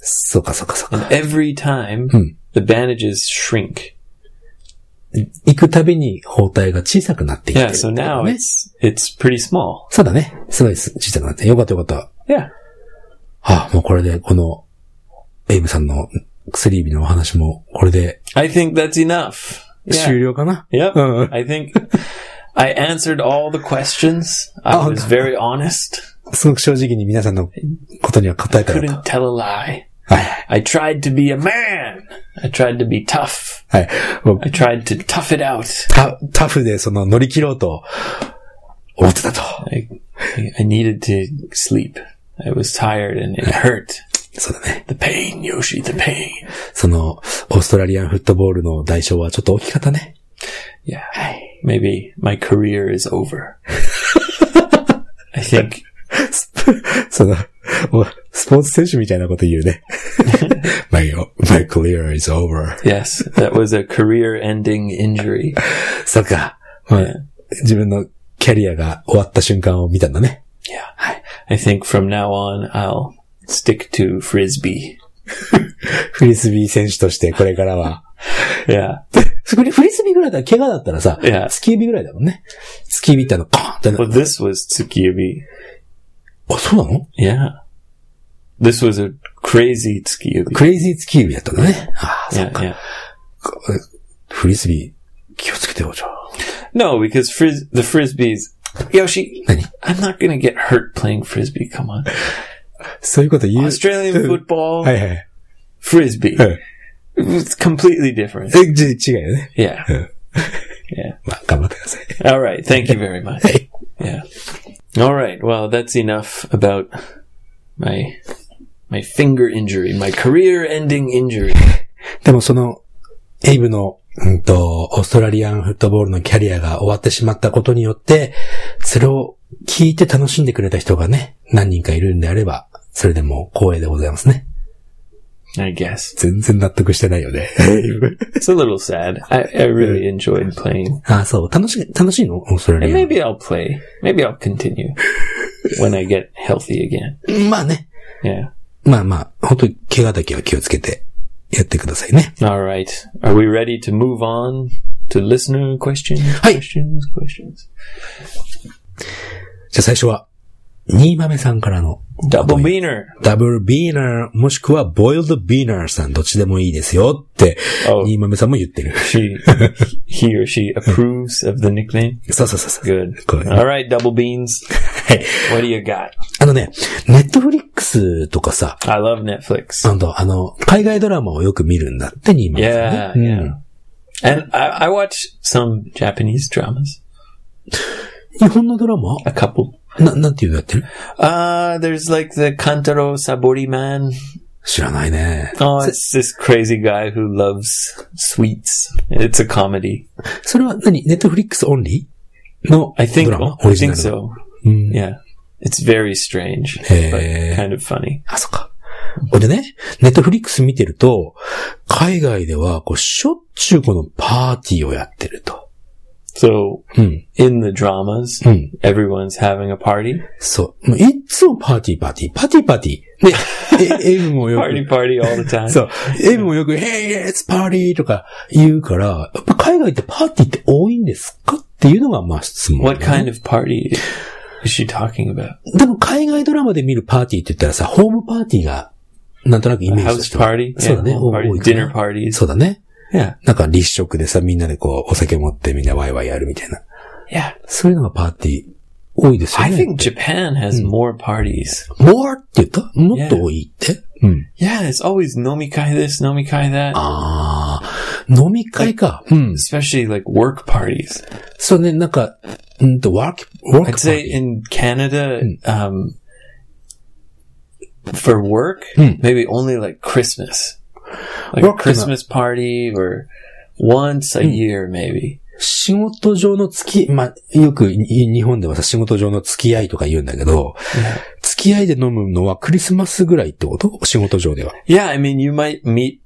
A: そうかそうかそうか。
B: And every time
A: Mm.
B: the bandages shrink.
A: 行くたびに包帯が小さくなっていってる
B: Yeah. So now
A: ね。
B: it's, it's pretty small.
A: そうだね。すごい小さくなって。よかったよかった。
B: Yeah.
A: ああ、もうこれで、この、エイブさんの薬指のお話も、これで
B: I think that's enough. Yeah.
A: 終了かな、
B: Yep.
A: Uh.
B: I think I answered all the questions. I
A: Oh,
B: was
A: no.
B: very honest.
A: すごく正直に皆さんのことには答えたよと。
B: Couldn't tell a lie.
A: はい。
B: I tried to be a man. I tried to be tough.
A: はい。もう
B: I tried to tough it out.
A: タタフでその乗り切ろうと思ってたと。
B: I, I needed to sleep. I was tired and it hurt.
A: そうだね。
B: The pain, Yoshi, the pain.
A: その、オーストラリアンフットボールの代償はちょっと大きかったね。
B: Yeah. Maybe my career is over. I think
A: その、もうスポーツ選手みたいなこと言う <laughs> ね。my, my career is over.
B: yes, that was a career ending injury.
A: そっか。まあ自分のキャリアが終わった瞬間を見たんだね。
B: Yeah. I think from now on I'll stick to frisbee.
A: フリスビー選手としてこれからは。
B: Yeah.
A: そこにフリスビーぐらいだったら怪我だったらさ、
B: いや
A: スキービーぐらいだもんね。スキービーってあの、コーンってな
B: Well, this was Tsukiyubi.
A: あ、そうなの
B: Yeah. This was a crazy Tsukiyubi.
A: クレイジースキービーだったんだね。ああ、そ
B: Yeah,
A: っか。
B: yeah.
A: フリスビー、気をつけてよ、じゃあ。
B: No, because fris- the frisbees. Yoshi,
A: Honey.
B: I'm not going to get hurt playing frisbee. Come on.
A: そういうこと言う。
B: Australian football,
A: はいはい。
B: frisbee.
A: Hey.
B: It's completely different.
A: え、じ、違うよね。
B: Yeah.
A: まあ、頑張ってください。
B: All right. Thank you very much. Yeah. All right. Well, that's enough about my my finger injury, my career-ending injury.
A: でもその、エイブの、うんと、オーストラリアンフットボールのキャリアが終わってしまったことによって、それを聞いて楽しんでくれた人がね、何人かいるんであれば、それでもう光栄でございますね。
B: I guess
A: 全然納得してないよね。
B: it's a little sad. I, I really enjoyed playing.
A: ああ、そう。楽しい、楽しいのオーストラ
B: And
A: リア
B: maybe I'll play. Maybe I'll continue when I get healthy again.
A: ン。まあね。
B: Yeah.
A: まあまあ、本当に怪我だけは気をつけてやってくださいね。
B: All right. Are we ready to move on to listener questions?
A: Hi.
B: Questions, questions.
A: じゃあ最初は、新豆さんからの
B: Double beaner.
A: ダブルビーナーもしくはボイルドビーナーさんどっちでもいいですよって、
B: Oh.
A: 新豆さんも言ってる。
B: She, he or she approves of the nickname.
A: そうそうそうそう。
B: Good.
A: Good.
B: All right, double beans.
A: はい。
B: What do you got?
A: あのね、ネットフリックスとかさ、
B: I love Netflix.
A: なんだ、あの、海外ドラマをよく見るんだって、新豆さんね。
B: Yeah, yeah. And I, I watch some Japanese dramas.
A: 日本のドラマ
B: A couple.
A: な、なんていうのやってる
B: Uh, there's like the Kantaro Sabori man.
A: 知らないね。
B: Oh, it's this crazy guy who loves sweets. It's a comedy.
A: それは何ネットフリックスオンリーの
B: I think,
A: ドラマ
B: I
A: オリジナ
B: think
A: ルの。
B: so.
A: うん。
B: Yeah. It's very strange,
A: Hey.
B: but kind of funny.
A: あ、そっか。ほんでね、ネットフリックス見てると、海外では、こう、しょっちゅうこのパーティーをやってると。
B: So
A: うん。
B: in the dramas,
A: うん。
B: everyone's having a party.
A: そう。もういつもパーティーパーティー、パーティーパーティー。で、え、エムもよ
B: Party,
A: く、
B: party all the
A: <laughs>
B: time.
A: そう。エムもよく、Hey, it's party! とか言うから、やっぱ海外ってパーティーって多いんですかっていうのが、まあ質問、
B: What kind of party is she talking about?
A: でも海外ドラマで見るパーティーって言ったらさ、ホームパーティーが、なんとなくイメージと
B: House
A: しては
B: party?
A: そうだね。
B: home
A: 多いか
B: party.
A: な
B: Dinner parties.
A: そうだね。
B: Yeah.
A: なんか立食でさ、みんなでこう、お酒持ってみんなワイワイやるみたいな。
B: Yeah.
A: そういうのがパーティー多いですよ
B: I
A: ね。
B: think Japan has more parties.
A: more って言ったもっと多いって、うん。
B: Yeah, it's always nomikai this, nomikai
A: Um.
B: that.
A: ああ、飲み会か。うん。
B: Especially like work parties.
A: そうね、なんか、うんと、ワーク、ワークパ
B: I'd
A: ー
B: say
A: ティー。
B: in Canada,
A: Hmm.
B: um, for work,
A: Hmm.
B: maybe only like Christmas, like
A: Work
B: a
A: dinner.
B: Christmas party or once
A: Hmm.
B: a year, maybe.
A: 仕事上の付き、まあ、よくに日本ではさ、仕事上の付き合いとか言うんだけど、付き合いで飲むのはクリスマスぐらいってこと仕事上では。
B: Yeah, I mean, you might meet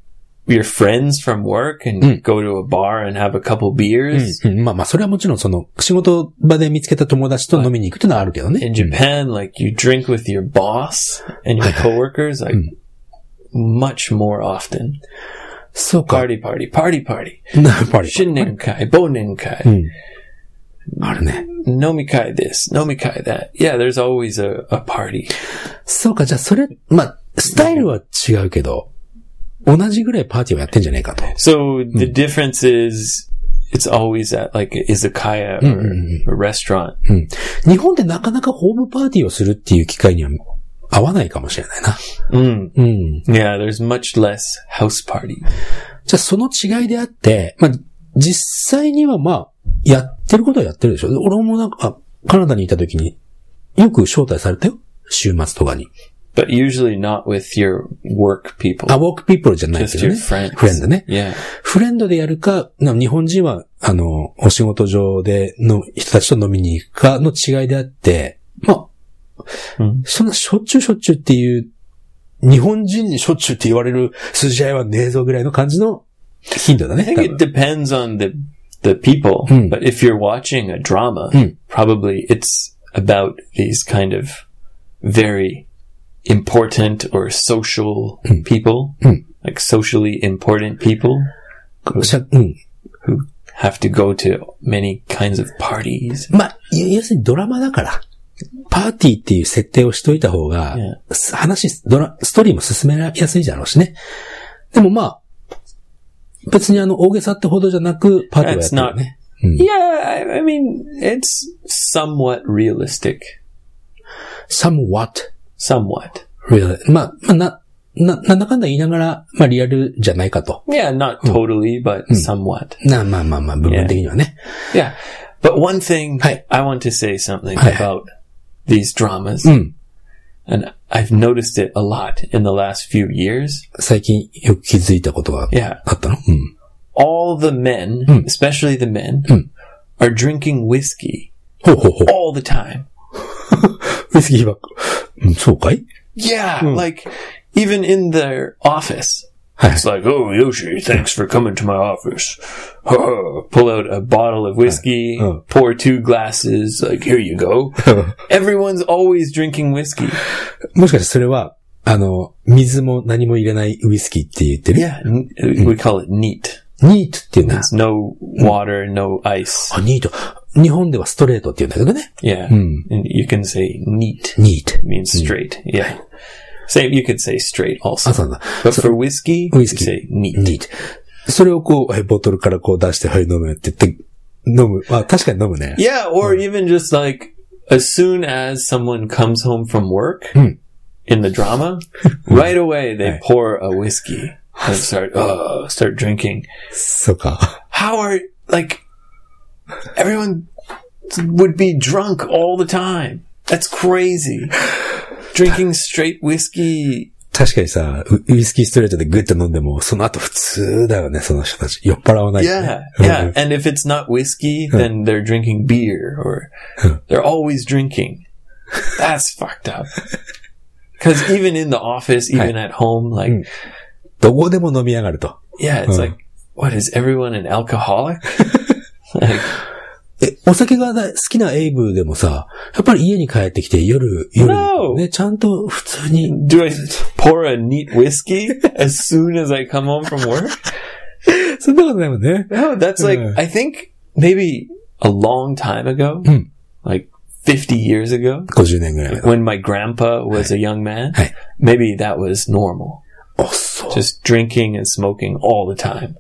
B: your friends from work and
A: Hmm.
B: go to a bar and have a couple beers.
A: うん、まあまあ、それはもちろんその、仕事場で見つけた友達と飲みに行くっていうのはあるけどね。
B: In Japan, like you drink with your boss
A: <laughs>
B: and your coworkers, like
A: Hmm.
B: much more often.
A: そうか。
B: Party, party, party, party.
A: な <laughs> やっぱり。
B: Shinninkai, Boninkai.
A: うん。あるね。
B: Nomikai this, Nomikai that. Yeah, there's always a, a party.
A: そうか、じゃあそれ、まあ、スタイルは違うけど、同じぐらいパーティーをやってんじゃねえかと。
B: So the difference is it's always at like a izakaya or a restaurant.
A: うん。日本でなかなかホームパーティーをするっていう機会には合わないかもしれないな。
B: Mm.
A: うん。
B: Yeah, there's much less house party.
A: じゃあその違いであって、まあ、実際にはまあ、やってることはやってるでしょ。俺もなんか、あカナダにいた時に、よく招待されたよ。週末とかに。
B: But usually not with your work people.
A: あ、walk people じゃない
B: just
A: けど
B: your
A: ね。
B: friends.
A: フレンドね。
B: Yeah.
A: フレンドでやるか、な日本人は、あの、お仕事上での人たちと飲みに行くかの違いであって、まあ、
B: うん
A: そんなしょっちゅうしょっちゅうっていう、日本人にしょっちゅうって言われる筋合いはねえぞぐらいの感じの頻度だね。
B: I think
A: 多
B: it
A: 分
B: depends on the the people.
A: Mm.
B: But if you're watching a drama,
A: Mm.
B: probably it's about these kind of very important or social people,
A: Mm.
B: like socially important people
A: しゃうん。
B: have to go to many kinds of parties.
A: まあ、い要するにドラマだから、パーティーっていう設定をしといた方が、
B: Yeah.
A: す話、ドラ、ストーリーも進めやすいだろうしね。でもまあ、別にあの、大げさってほどじゃなく、パーティーをやってるよね。うん
B: Yeah, I, I mean it's somewhat realistic,
A: somewhat
B: somewhat.
A: real. まあ、まあ、な、な、なんだかんだ言いながら、まあリアルじゃないかと。
B: Yeah, not totally, but somewhat.
A: な、まあまあまあ、部分的にはね。
B: Yeah. But one thing
A: Hi.
B: I want to say something
A: Hi.
B: about these dramas.
A: Mm.
B: And I've noticed it a lot in the last few years.
A: 最近よく気づいたことが
B: Yeah. Hmm.
A: あったのうん。
B: All the men, especially the men, are drinking whiskey
A: ほうほうほう。
B: all the time.
A: ウイスキーバック。うん、そうかい
B: Yeah. Like even in their office.
A: Hi.
B: It's like, oh, Yoshi, thanks for coming to my office. Pull out a bottle of whiskey,
A: Oh.
B: pour two glasses, like, here you <laughs> go. Everyone's always drinking whiskey.
A: もしかしてそれは、あの、水も何も入れないウイスキーって言ってる
B: Yeah, n-
A: Hmm.
B: we call it neat.
A: ニートっていうな
B: It's。no
A: Hmm.
B: water, no ice.
A: あ、ニート。日本ではストレートって言うんだけどね。
B: Yeah,
A: Hmm.
B: and you can say neat
A: ニート。
B: means straight. Yeah, same. You could say straight
A: あ、
B: also,
A: そうなんだ。
B: but for
A: Whiskey.
B: whiskey,
A: Hmm.
B: you say neat.
A: ニート。それをこう、はいボトルからこう出して、はい、飲むって言って、飲む。まあ、確かに飲むね。
B: Yeah, or
A: Hmm.
B: even just like as soon as someone comes home from work
A: Mm.
B: in the
A: <laughs>
B: drama, right away they
A: Hmm. Right.
B: pour a whiskey and start uh, start drinking.
A: そうか。
B: How are like everyone? would be drunk all the time. That's crazy. Drinking straight whiskey.
A: 確かにさ、ウウイスキーストレートでグッと飲んでも、その後普通だよね、その人たち。酔っ払わない、ね。
B: Yeah,
A: うん
B: yeah. And if it's not whiskey, then they're drinking beer or they're always drinking. That's fucked up. Because even in the office, even at home, like,
A: どこでも飲みやがると。
B: yeah, it's
A: Mm.
B: like, what is everyone an alcoholic? like,
A: え、お酒が大好きなエイブでもさ、やっぱり家に帰ってきて夜、夜、
B: No.
A: ね、ちゃんと普通に、
B: do I <laughs> pour a neat whiskey as soon as I come home from work?
A: そんなことないもんね。
B: No, <clears throat> that's like
A: Yeah.
B: I think maybe a long time ago,
A: Mm.
B: like fifty years ago,
A: 50年ぐらい前。
B: when my grandpa was a young man.
A: Hey.
B: Maybe that was normal,
A: おっそう。
B: just drinking and smoking all the time,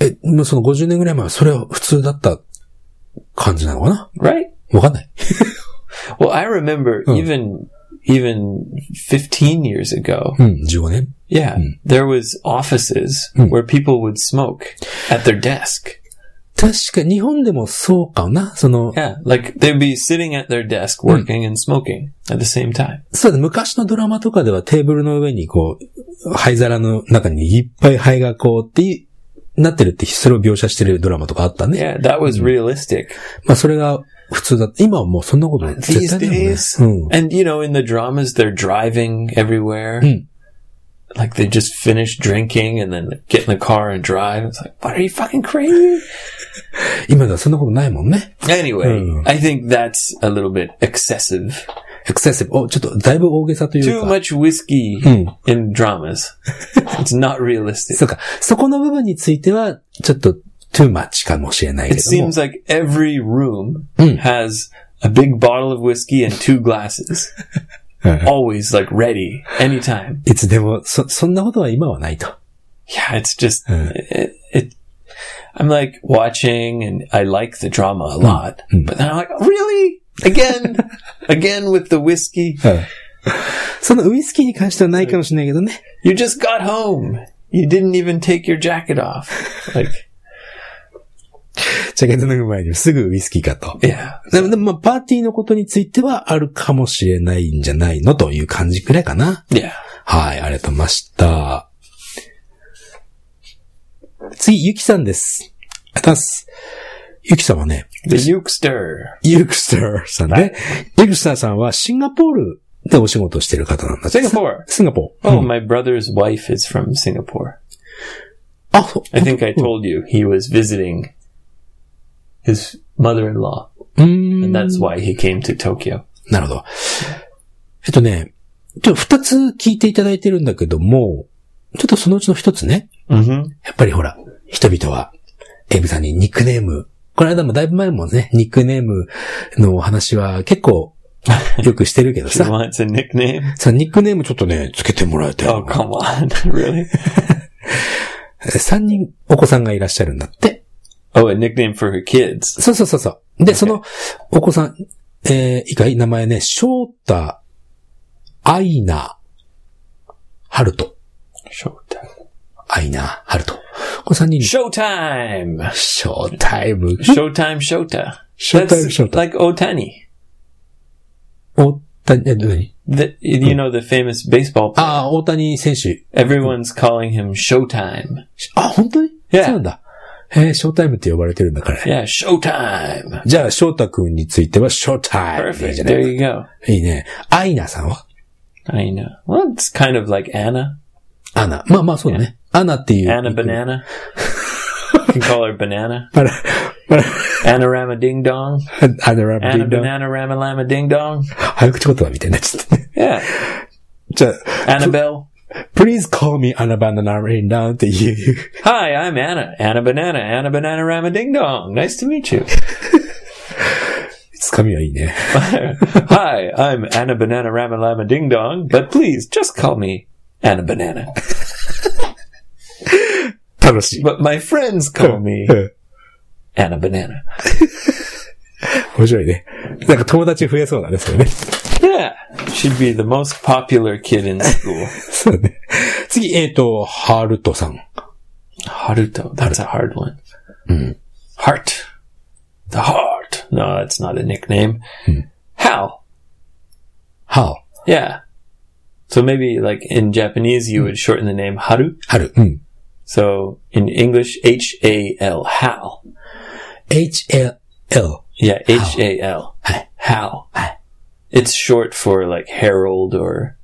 A: え、もうその50年ぐらい前はそれは普通だった感じなのかな
B: right?
A: わかんない。
B: Well, I remember
A: Mm.
B: even even fifteen years ago,
A: うん、15年。
B: yeah, there was offices
A: Mm.
B: where people would smoke at their desk.
A: 確か日本でもそうかなその、
B: Yeah, like they'd be sitting at their desk
A: Hmm.
B: working and smoking at the same time.
A: そうだね、昔のドラマとかではテーブルの上にこう、灰皿の中にいっぱい灰がこうっていう、なってるって、それを描写してるドラマとかあったね。
B: Yeah, that was
A: Hmm.
B: realistic.
A: まあそれが普通だった。今はもうそんなこと絶
B: these
A: 対ないもんね。
B: days.
A: うん。
B: And you know, in the dramas, they're driving everywhere.
A: Mm.
B: Like they just finish drinking and then get in the car and drive. It's like, what are you fucking crazy?
A: 今ではそんなことないもんね。
B: Anyway,
A: Mm.
B: I think that's a little bit excessive.
A: エクセシブ。お、ちょっとだいぶ大げさという
B: Too
A: か。
B: much Hmm. whiskey
A: Mm.
B: in <laughs> dramas. it's not realistic.
A: そうか。そこの部分については、ちょっと too much かもしれない
B: It
A: けども
B: seems。like every room
A: Mm.
B: has a big bottle of whiskey and two <laughs> glasses,
A: うん
B: always like ready anytime.
A: いつでも、そ、そんなことは今はないと。
B: yeah, it's just
A: Mm.
B: it, it. I'm like watching, and I like the drama a lot,
A: Mm.
B: but then I'm like, really again, again with the whiskey.
A: <laughs> そのウイスキーに関してはないかもしれないけどね。
B: You just got home. You didn't even take your jacket off. Like,
A: ジャケット脱ぐ前にすぐウイスキーかと。
B: yeah,
A: でも、でもまあ、パーティーのことについてはあるかもしれないんじゃないのという感じくらいかな。
B: yeah.
A: はい、ありがとうございました。次、ゆきさんです。ありがとうございます。ゆきさんはね、
B: The Ukester.
A: ユクスターさんね。ユクスターさんはシンガポールでお仕事をしてる方なんだ。
B: Singapore.
A: シンガポール。
B: Oh,
A: うん
B: my brother's wife is from Singapore.
A: あ、そう
B: I think I told you he was visiting his mother-in-law,
A: うーん
B: and that's why he came to Tokyo.
A: なるほど。えっとね、ちょっと二つ聞いていただいてるんだけども、ちょっとそのうちの一つね。
B: Mm-hmm.
A: やっぱりほら、人々は、エイブさんにニックネーム、この間もだいぶ前もね、ニックネームのお話は結 <laughs> 構よくしてるけど <laughs>
B: She
A: さ、
B: wants a nickname.
A: さ、ニックネームちょっとね、つけてもらいたいな。
B: Oh, come on. <laughs> really?
A: 三人お子さんがいらっしゃるんだって。
B: Oh, a nickname for her kids.
A: そうそうそうそう。で、その、お子さん、えー、以外、名前ね、翔太、アイナ、ハルト。
B: Showtime.
A: アイナ、ハルト。この三人に
B: Showtime!
A: ショータイム。
B: Showtime Shota.
A: Showtime
B: That's
A: Shota.
B: Like Otani.
A: おた、え、何
B: The, you know, the famous baseball player.
A: ああ、大谷選手。
B: Everyone's calling him Showtime.
A: あ、本当に
B: Yeah.
A: そうなんだ。へえ、ショータイムって呼ばれてるんだから。
B: Yeah, Showtime.
A: じゃあ、翔太くんについては、ショータイムでいい
B: Perfect.
A: じゃな
B: There
A: い
B: you go.
A: いいね。アイナさんは
B: I know. Well, it's kind of like Anna.
A: アナ。まあまあ、そうだね。アナっていう。
B: Anna Banana. you can call her Banana.
A: バラ。バラ。
B: Anna Rama Ding Dong.
A: アナラブ
B: Anna
A: リンダ
B: Banana Rama Lama Ding Dong.
A: 早口言葉みたいになっちゃったね。
B: Yeah.
A: じゃあ、
B: Annabelle.
A: Please call me Anna Banana Rain Down っていう。
B: Hi, I'm Anna. Anna Banana. Anna Banana Rama Ding Dong. Nice to meet you.
A: つかみはいいね。
B: <laughs> Hi, I'm Anna Banana Rama Lama Ding Dong, but please just call me Anna Banana.
A: 楽しい。
B: But my friends call me
A: うん
B: Anna Banana.
A: 面白いね。なんか友達増えそうだね、それね。
B: Yeah, she'd be the most popular kid in school.
A: そうね。次、えっ、と、ハルトさん。
B: Haruto, that's a hard one. Heart. The heart. No, that's not a nickname. Hal.
A: how?
B: Yeah. So maybe like in Japanese, you would shorten the name Haru.
A: 春。うん。
B: So in English, H A L, Hal.
A: HLL。
B: Yeah, H A L. Hal. It's short for like Harold or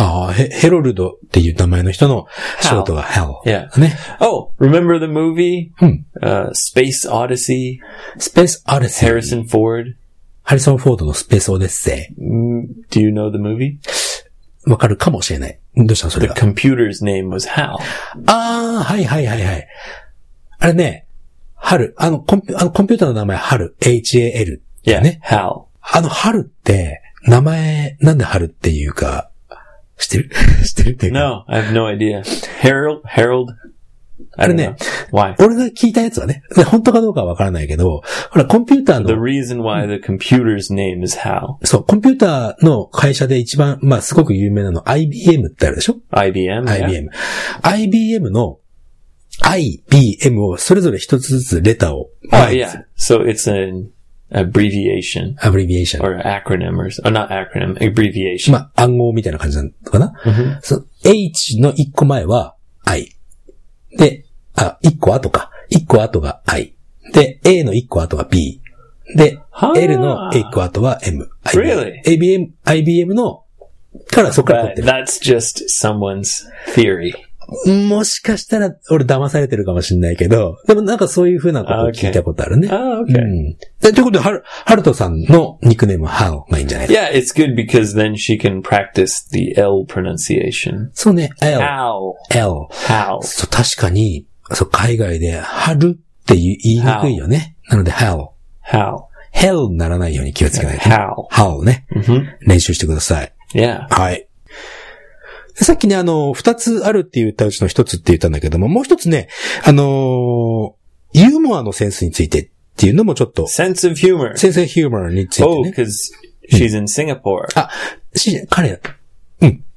A: ああ、ヘヘロルドっていう名前の人のショートが Hell。
B: yeah.
A: ね。
B: Oh, remember the movie
A: うん。
B: uh, Space Odyssey?
A: スペースオデッセイ。
B: Harrison Ford.
A: ハリソン・フォードのスペースオデッセ
B: Mm, Do you know the movie?
A: イ。わかるかもしれない。どうしたのそれ
B: The
A: が。
B: computer's name was Hal.
A: ああ、はいはいはいはい。あれね、春。あの、コンピュあのコンピューターの名前、春。H-A-L。
B: Yeah,
A: ね。
B: Hal.
A: あの、春って、名前、なんで春っていうか、知ってる <laughs> 知ってるっていうか。
B: No, I have no idea. Harold. Harold. I don't
A: Internet.
B: know why.
A: 俺が聞いたやつはね、 <laughs> で本当かどうかはわからないけど、ほら、コンピューター
B: The
A: の、
B: reason why the computer's name is Hal.
A: そう、コンピューターの会社で一番、まあ、すごく有名なの、IBM ってあるでしょ
B: IBM. yeah?
A: ?IBM。IBM の、IBM をそれぞれ一つずつレターを、
B: Oh, yeah. So it's an abbreviation
A: アブリビエーション。
B: or acronym or, s- or not acronym, abbreviation.
A: まあ、暗号みたいな感じなのかな、その ?H の一個前は I。で、あ、一個後か。一個後が I。で、A の一個後は B。で
B: は、あ
A: L の一個後は M。
B: Really？
A: IBM、IBM の、からそこから取っ
B: But
A: てる。
B: that's just someone's theory.
A: もしかしたら、俺騙されてるかもしれないけど、でもなんかそういう風なことを聞いたことあるね。
B: Oh,
A: う
B: okay.
A: ん。でということで、ハル、ハルトさんのニックネームはハオがいいんじゃないか。
B: Yeah, it's good because then she can practice the L pronunciation.
A: そうね、L、
B: Ow.
A: L。
B: How.
A: そう、確かに、そう、海外で、春って言い言いにくいよね。なので、hell。
B: How.
A: hell にならないように気をつけないと。
B: How.
A: how ね。
B: Mhm.
A: 練習してください。
B: Yeah.
A: はい。でさっきね、あの、二つあるって言ったうちの一つって言ったんだけども、もう一つね、あのーユーモアのセンスについてっていうのもちょっと、
B: Sense of humor.
A: 先生ヒューマーについ
B: Oh,
A: てね。
B: because she's in Singapore.
A: あ、し、彼、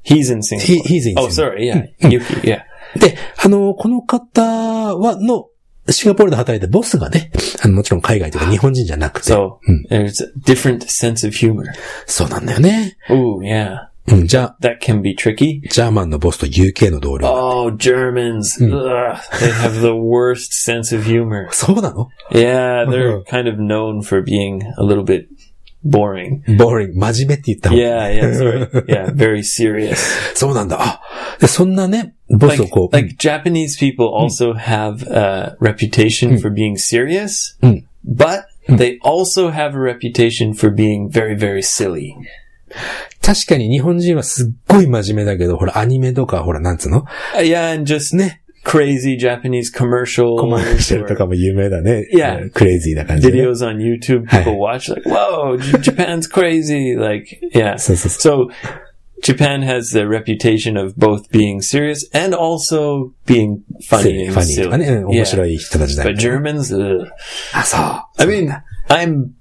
B: He's in Singapore.
A: He- he's in
B: Oh,
A: Singapore.
B: sorry. Yeah. Yuki. Yeah.
A: で、あの、この方は、の、シンガポールで働いてボスがね、あの、もちろん海外とか日本人じゃなくて、
B: So there's a different sense of humor.
A: そうなんだよね。
B: Ooh, yeah.
A: うん、じゃあ、
B: That can be tricky.
A: ジャーマンのボスと UK の同僚。
B: Oh, Germans. Ugh, they have the worst sense of humor.
A: そうなの
B: Yeah, they're kind of known for being a little bit
A: <laughs>
B: boring.
A: ?boring, 真面目って言った方が
B: Yeah, yeah, sorry. Yeah, very serious.
A: そうなんだ。あ、で、そんなね、ボスを
B: Like,
A: こう、
B: like Japanese people also have a reputation for being serious,
A: Mm.
B: but they also have a reputation for being very, very silly.
A: 確かに日本人はすっごい真面目だけど、ほら、アニメとか、ほら、なんつうの
B: Uh, yeah, and just
A: ね、
B: crazy Japanese commercials.
A: コマーシャ <laughs> ルと
B: or-
A: かも有名だね。
B: Yeah.
A: クレイジーな感じでね、
B: videos on YouTube people watch like,
A: <laughs>
B: whoa, J- Japan's crazy. Like, yeah.
A: So- so-
B: So Japan has the reputation of both being serious and also being
A: ファ
B: funny and
A: ニーとか
B: silly.
A: ね、うん面
B: Yeah.
A: 白い人たちだけ
B: But
A: ど。
B: Germans, ugh.
A: あ、そう。
B: I mean,
A: <laughs>
B: I'm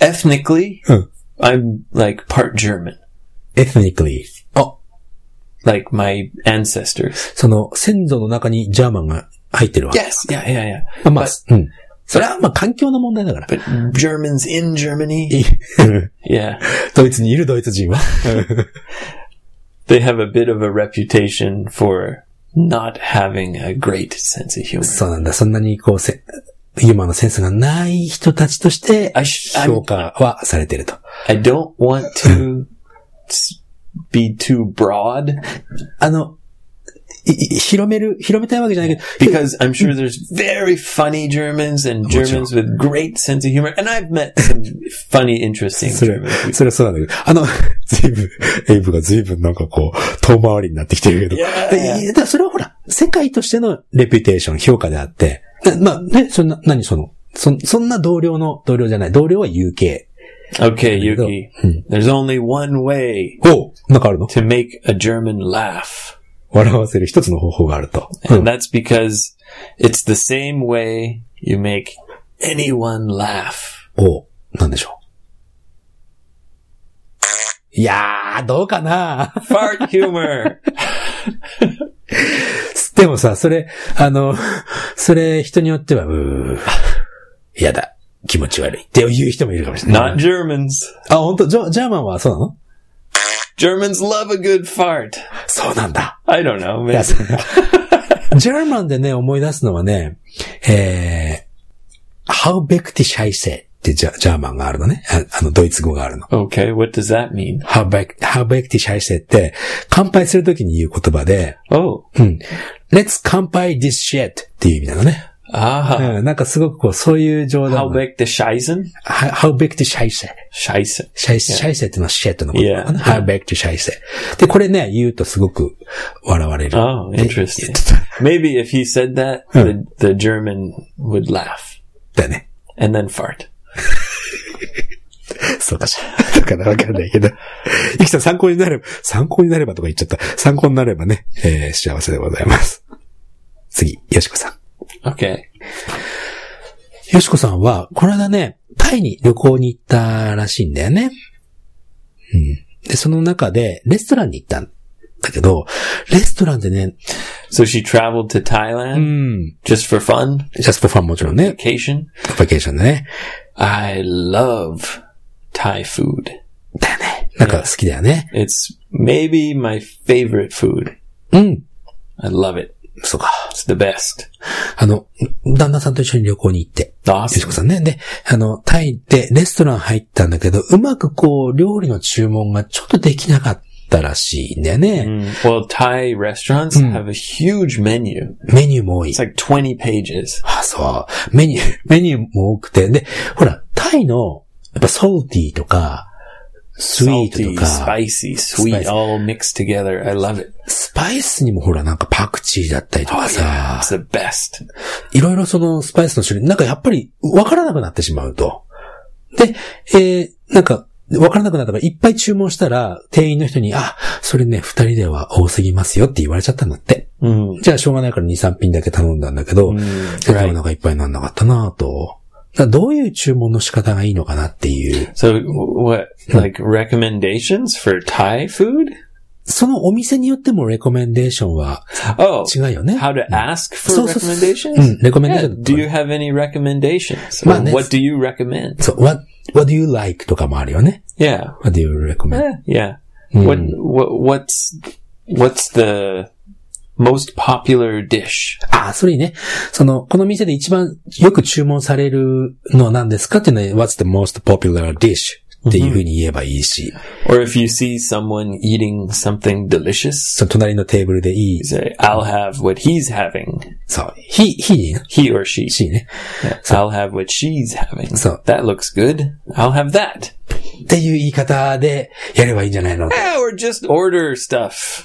B: ethnically,
A: Huh.
B: I'm like part German,
A: ethnically. あ、
B: like my ancestors.
A: その、先祖の中にジャーマンが入ってるわ。
B: Yes. Yeah. Yeah. Yeah.
A: あまあ、うん。それは、まあ、環境の問題だ
B: <laughs>
A: から。
B: But Germans in Germany.
A: <laughs>
B: Yeah.
A: ドイツにいるドイツ人は。
B: they have a bit of a reputation for not having a great sense of humor.
A: そうなんだ。そんなにこう、せ、ユーモアのセンスがない人たちとして、
B: I sh- I'm-
A: 評価はされてると。
B: I don't want to s- be too broad
A: あの、いい広める、広めたいわけじゃないけど、
B: because I'm sure there's very funny Germans and Germans with great sense of humor. And I've met some funny, interesting
A: それ
B: Germans.、
A: それはそうなんだけど、あの、 <laughs> ずいぶん、エイブがずいぶんなんかこう、遠回りになってきてるけど。
B: いや
A: でいやだからそれはほら、世界としてのレピュテーション、評価であって、なまあね、そんな、何その、そ、そんな同僚の、同僚じゃない、同僚は UK。
B: Okay, Yuki. There's only one way
A: おなんかあるの
B: to make a German laugh.
A: 笑わせる一つの方法があると。うん
B: And that's because it's the same way you make anyone laugh.
A: お、なんでしょう。いやー、どうかな <laughs>
B: Fart humor.
A: で <laughs> もさ、それ、あの、それ、人によっては、うー、やだ、気持ち悪いっていう人もいるかもしれない。
B: Not Germans.
A: あ、本当ジャジャーマンはそうなの
B: Germans love a good fart.
A: そうなんだ。
B: I don't know.
A: い
B: Maybe.
A: や、そう <laughs> ジャーマンでね、思い出すのはね、えー、How b e c k t i s h i s e ってジャジャーマンがあるのね。ああの、ドイツ語があるの。
B: Okay, what does that mean?
A: How b e c k t i s h i s e って、乾杯するときに言う言葉で、
B: Oh,
A: うん。Let's 乾杯 this shit っていう意味なのね。
B: ah,
A: うん、なんかすごくこう、そういう冗談
B: how
A: の。
B: big the Scheißen?
A: How big to Scheiße?
B: Scheiße.
A: シャイセ、シャイセってのはシェットのことなのかな。
B: Yeah.
A: How big to シャイセ。で、これね、言うとすごく笑われる。
B: Oh,
A: で
B: interesting. Maybe if he said that, the, the German would laugh
A: だね。
B: and then fart.
A: そうかしら。だからわかんないけど。 <laughs> ゆきさん参考になれば、参考になればとか言っちゃった。参考になればね、えー幸せでございます。次、よしこさん。
B: Okay.
A: よしこさんは、この間ね、タイに旅行に行ったらしいんだよね。うん。で、その中で、レストランに行ったんだけど、レストランでね、
B: So she traveled to Thailand
A: ん。
B: just for fun,
A: ジャストファンもちろんね、
B: vacation.
A: バケーションでね。
B: I love Thai food.
A: だよね。なんか好きだよね。
B: It's maybe my favorite food.
A: うん。
B: I love it.
A: そうか。
B: It's the best.
A: あの、旦那さんと一緒に旅行に行って。よし
B: Awesome.
A: こさんね。で、あの、タイでレストラン入ったんだけど、うまくこう、料理の注文がちょっとできなかったらしいんだよね。
B: Mm. Well, Thai restaurants
A: Hmm.
B: have a huge menu.
A: メニューも多い
B: It's。like 20 pages.
A: あ、そう。メニュー、メニューも多くて。で、ほら、タイの、やっぱソルティーとか、スイート
B: Salty,
A: とか、
B: spicy, sweet,
A: oh Spicy.
B: all mixed together. I love it.
A: スパイスにもほら、なんかパクチーだったりとかさ
B: It's、the best.
A: いろいろそのスパイスの種類、なんかやっぱりわからなくなってしまうと。で、えー、なんか、わからなくなったから、いっぱい注文したら、店員の人に、あ、それね、二人では多すぎますよって言われちゃったんだって。
B: Mm.
A: じゃあ、しょうがないから2、3品だけ頼んだんだけど、全然お
B: Right.
A: 腹いっぱいになんなかったなぁと。だからどういう注文の仕方がいいのかなっていう。
B: So w- what,
A: Hmm.
B: like recommendations for Thai food?
A: そのお店によってもレコメンデーションは
B: Oh,
A: 違うよね。
B: how to ask
A: So-
B: for
A: so-
B: recommendations?
A: うん、Hmm, レコメンデーシ
B: Yeah,
A: ョン。
B: do you have any recommendations?
A: Well,
B: Or
A: that's-
B: what do you recommend?
A: そう、what, what do you like とかもあるよね。
B: Yeah.
A: what do you recommend?
B: Eh, Yeah.
A: Hmm.
B: What, what what's what's the most popular dish?
A: ああ、それいいね。その、この店で一番よく注文されるのは何ですかっていうのは、what's the most popular dish? っていうふうに言えばいいし、
B: Or if you see someone eating something delicious,
A: その隣のテーブルでいい
B: you。say, "I'll have what he's having."
A: そう、he, he でいいな。
B: He or she.
A: she ね。
B: I'll have what she's having.
A: So-
B: that looks good. I'll have that.
A: っていう言い方でやればいいんじゃないの
B: Yeah, or just order stuff.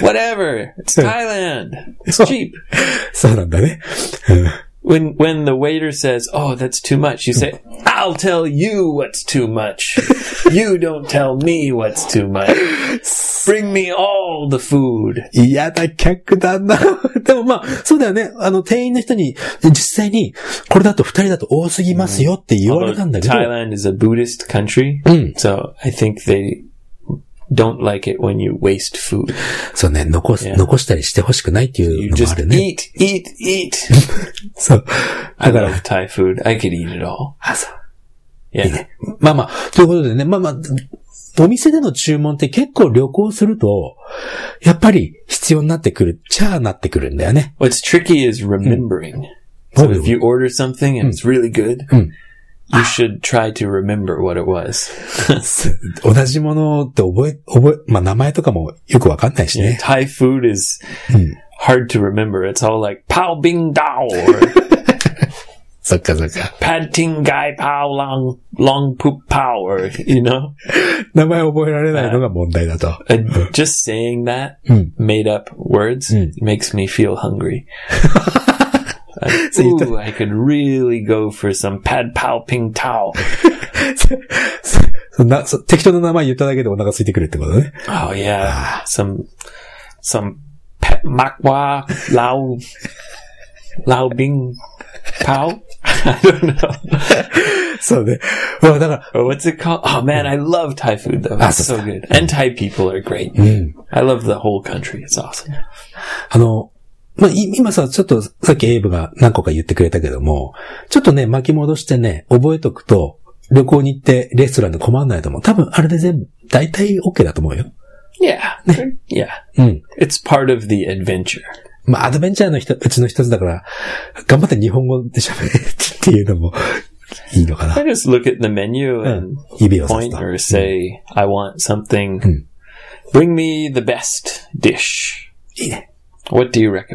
B: Whatever. It's Thailand. It's cheap.
A: そうなんだね。
B: When when the waiter says, "Oh, that's too much," you say, "I'll tell you what's too much. you don't tell me what's too much. Bring me all the food."
A: 嫌な客だな。 <laughs> でもまあ、そうだよね。あの、店員の人に、実際に、これだと二人だと多すぎますよって言われたんだけど、
B: Thailand is a Buddhist country,
A: Mm.
B: so I think they don't like it when you waste food.
A: そうね、残す、
B: Yeah.
A: 残したりしてほしくないってい
B: You
A: うのもあ
B: just
A: るね。
B: eat, eat, eat.
A: そう。
B: I
A: だから、
B: love Thai food. I could eat it all.
A: あ、そう。
B: Yeah.
A: まあまあ、ということでね、まあまあ、お店での注文って結構旅行すると、やっぱり必要になってくる、チャーなってくるんだよね。
B: What's tricky is remembering. So
A: Oh.
B: if you order something and it's really good,
A: Mm.
B: you should try to remember what it was. <laughs>
A: 同じものって覚え、覚え、まあ名前とかもよくわかんないし
B: You know,
A: ね。
B: Thai food is hard to remember. It's all like Pao Bing Dao or
A: そっかそっか。
B: Pad Ting Gai Pao Long Long Poop Pao, or, you know?
A: 名前覚えられないのが問題だと。
B: And Uh, just saying that
A: Mm.
B: made up words
A: Mm.
B: makes me feel
A: <laughs>
B: hungry. Like,
A: So you
B: ooh, I could really go for some Pad Pao Ping Tao.
A: そんな、そ適当な名前言っただけでお腹空いてくるってことね。Ah.
B: Oh yeah, some some pe- makwa lao lao bing pao. <laughs> I don't know.
A: そうね。まあだから、
B: Or what's it called? Oh man, I love Thai food though. It's so
A: Hmm.
B: good, and Thai people are great. I love the whole country. It's awesome.
A: あの、まあ、い今さ、ちょっとさっきエイブが何個か言ってくれたけども、ちょっとね、巻き戻してね、覚えとくと、旅行に行ってレストランで困んないと思う。多分あれで全部、大体 OK だと思うよ。
B: Yeah.
A: Hmm.
B: Yeah.
A: うん。
B: It's part of the adventure.
A: まあ、アドベンチャーのひとうちの一つだから、頑張って日本語で喋れっていうのもいいのか
B: I
A: な。
B: just look at the menu
A: う
B: and
A: ん。指をさす
B: point
A: と。
B: or say, I want something. Bring me the best dish.
A: いいね。
B: What do you recommend?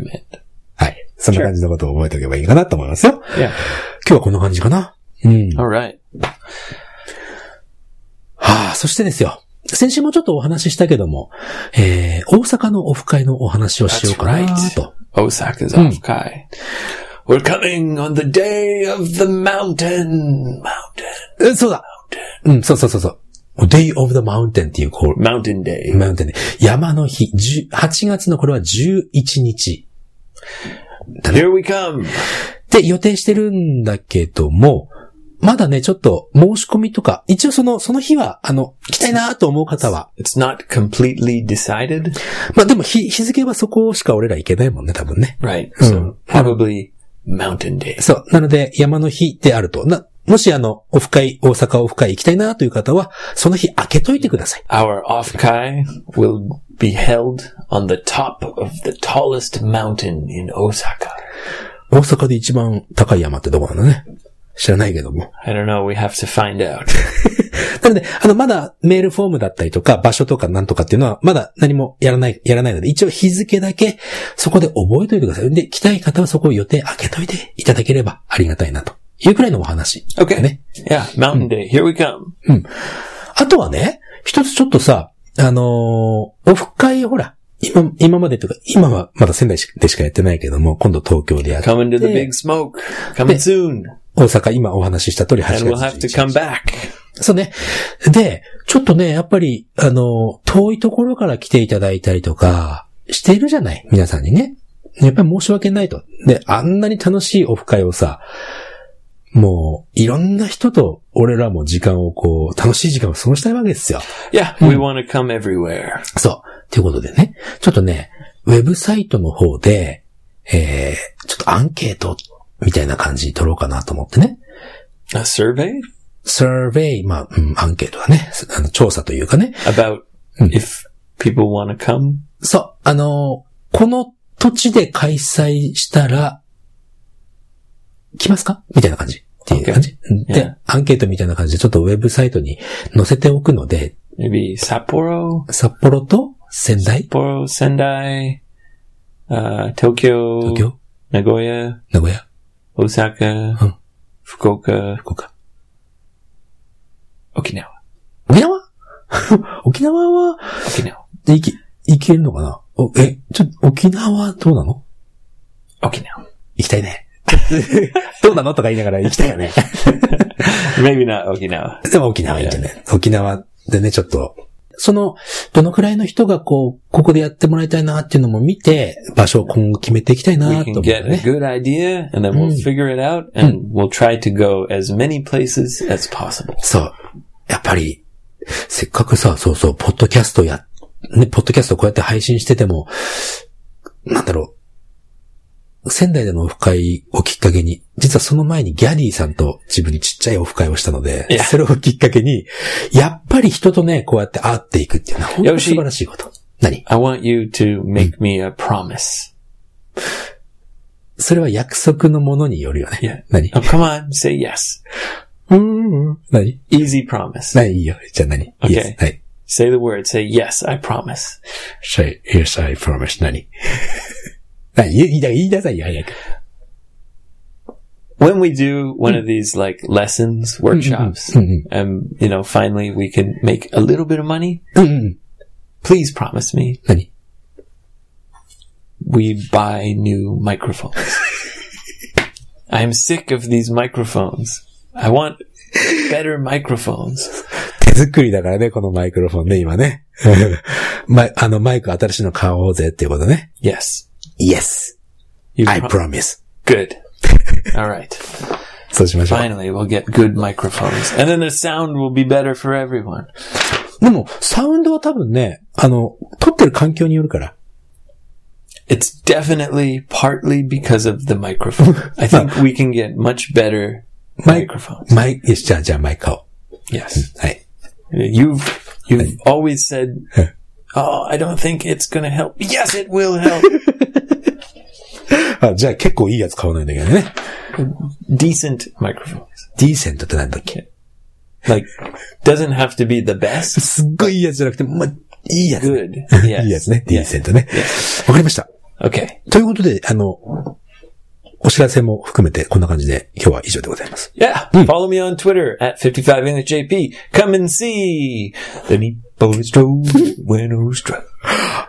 A: はい。そんな感じのことを覚えておけばいいかなと思いますよ。
B: Yeah.
A: 今日はこんな感じかな。うん。
B: <sighs> All right.
A: はあ、そしてですよ。先週もちょっとお話ししたけども、えー、大阪のオフ会のお話をしようかな
B: That's right.
A: と。
B: Osaka's off Kai. We're coming on the day of the mountain. Mountain.
A: えそうだ。うん、そうそうそうそう。Day of the Mountain っていう、こう、
B: Mountain day.
A: マウンテンで、山の日、10 8月のこれは11日。
B: Here we come.
A: って予定してるんだけども、まだね、ちょっと申し込みとか、一応その、その日は、あの、来たいなと思う方は、
B: It's not completely decided.
A: まあでも日、日付はそこしか俺ら行けないもんね、多分ね。
B: Right.
A: Hmm.
B: So probably mountain day.
A: そう。なので、山の日であると。な、もしあの、オフ会、大阪オフ会行きたいなという方は、その日開けといてください。
B: Our off-kai will be held on the top of the tallest mountain in Osaka.
A: 大阪で一番高い山ってどこなのね。知らないけども。
B: I don't know. We have to find out.
A: なので、あの、まだメールフォームだったりとか、場所とかなんとかっていうのは、まだ何もやらない、やらないので、一応日付だけ、そこで覚えておいてください。で、来たい方はそこを予定開けといていただければありがたいなと。いうくらいのお話。
B: Okay.
A: ね。
B: Yeah. Mountain day. Here we come.
A: あとはね、一つちょっとさ、あのーオフ会、ほら、今、今までというか、今はまだ仙台しでしかやってないけども、今度東京でやる。
B: Coming to the big smoke. Coming soon.
A: 大阪、今お話しした通り8
B: And
A: 月
B: we'll have to
A: 11
B: come back.
A: そうね。で、ちょっとね、やっぱり、あの、遠いところから来ていただいたりとか、しているじゃない皆さんにね。やっぱり申し訳ないと。で、あんなに楽しいオフ会をさ、もう、いろんな人と、俺らも時間をこう、楽しい時間を過ごしたいわけですよ。
B: Yeah. We want to come everywhere.
A: そう。ということでね、ちょっとね、ウェブサイトの方で、えー、ちょっとアンケートみたいな感じに取ろうかなと思ってね。
B: A survey
A: サーベイ、まあ、うん、アンケートだね。あの調査というかね。
B: about
A: Hmm.
B: if people want to come.
A: そう、あのーこの土地で開催したら、来ますかみたいな感じ。っていう感じ。で、
B: Yeah.
A: アンケートみたいな感じでちょっとウェブサイトに載せておくので、
B: Maybe Sapporo,
A: 札幌と仙台、
B: Sapporo, Sendai, uh, Tokyo,
A: 東京、
B: Nagoya,
A: 名古屋、
B: Osaka,
A: Hmm.
B: Fukuoka,
A: 福岡。
B: Okinawa,
A: 沖縄 <laughs> 沖縄は、
B: Okinawa,
A: で行け、行けるのかなおえ、ちょ、沖縄どうなの
B: Okinawa.
A: 行きたいね。 <laughs> どうなのとか言いながら行きたいよね。
B: Maybe not Okinawa.
A: <laughs> でも沖縄いいんじゃない沖縄でね、ちょっと、その、どのくらいの人がこう、ここでやってもらいたいなっていうのも見て、場所を今後決めていきたいな
B: We
A: と思
B: can
A: う
B: get a
A: ね。
B: good idea and then we'll
A: Hmm.
B: figure it out and we'll try to go as many places as possible.
A: そう。やっぱり、せっかくさ、そうそう、ポッドキャストや、ね、ポッドキャストこうやって配信してても、なんだろう。仙台でのオフ会をきっかけに、実はその前にギャディさんと自分にちっちゃいオフ会をしたの
B: い
A: で、
B: や
A: それをきっかけに、やっぱり人とね、こうやって会っていくっていうのは本当に
B: よ
A: 素
B: し
A: 晴らしいこと。何
B: I want you to make me a promise.
A: それは約束のものによるよね。
B: いや
A: 何
B: Oh, come on, say yes.
A: うんうん。何
B: Easy promise.
A: 何いいよ。じゃあ何
B: Okay.
A: ?Yes. はい。
B: Say the word. Say yes, I promise.
A: Say, yes, I promise. 何 <laughs> 何言い言いだ言いなさいよ、早く。
B: When we do one
A: Hmm.
B: of these like lessons, workshops,
A: mm,
B: and you know, finally we can make a little bit of money,
A: うんうん。
B: please promise me
A: 何
B: we buy new
A: <laughs>
B: microphones. I am sick of these microphones. I want better microphones.
A: 手作りだからね、このマイクロフォンね、今ね。 <laughs> ま、あの、マイク新しいの買おうぜっていうことね。
B: Yes.
A: Yes,
B: You
A: I
B: pro-
A: promise. <laughs>
B: good. All right.
A: そうしましょう。
B: Finally, we'll get good microphones. And then the sound will be better for everyone.
A: でも、サウンドは多分ね、あの、撮ってる環境によるから。
B: It's definitely partly because of the microphone.
A: <laughs>
B: I think we can get much better
A: My-
B: microphones.
A: マイ、よし、じゃあ、じゃあ、マイ買おう。
B: Yes.
A: はい。
B: You've you've always said, "Oh, I don't think it's going to help." Yes, it
A: <laughs>
B: will help.
A: あ、じゃあ結構いいやつ買わないんだけどね。
B: Decent microphones,
A: ディーセントってなんだっけ
B: like doesn't have to be the best.
A: すっごいいいやつじゃなくて、まあ、いいやつ。
B: Good.
A: いいや
B: Yes.
A: つね。ディーセントね。わかりました。
B: Okay.
A: ということで、あの、お知らせも含めて、こんな感じで、今日は以上でございます。
B: Yeah. Follow me on Twitter at 55EnglishJP. Come and see the neat boys drove windows drove.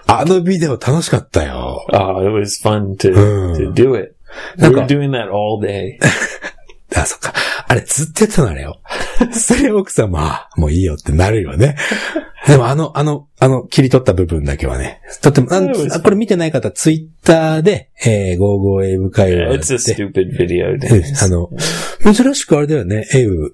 A: あのビデオ楽しかったよ。
B: Oh, it was fun to,
A: Hmm.
B: to do it. We were doing that all day.
A: あ、そっか。あれ、ずっとやってたのあれよ。 <laughs> それ奥様、あもういいよってなるよね。 <laughs> でもあの、あの、あの、切り取った部分だけはね。とっても、なん
B: そうです
A: あこれ見てない方、ツイッターで、えー、55英語会話
B: <laughs> It's a
A: で。
B: stupid video.
A: うん
B: Dennis.
A: あの、珍しくあれだよね、エウ、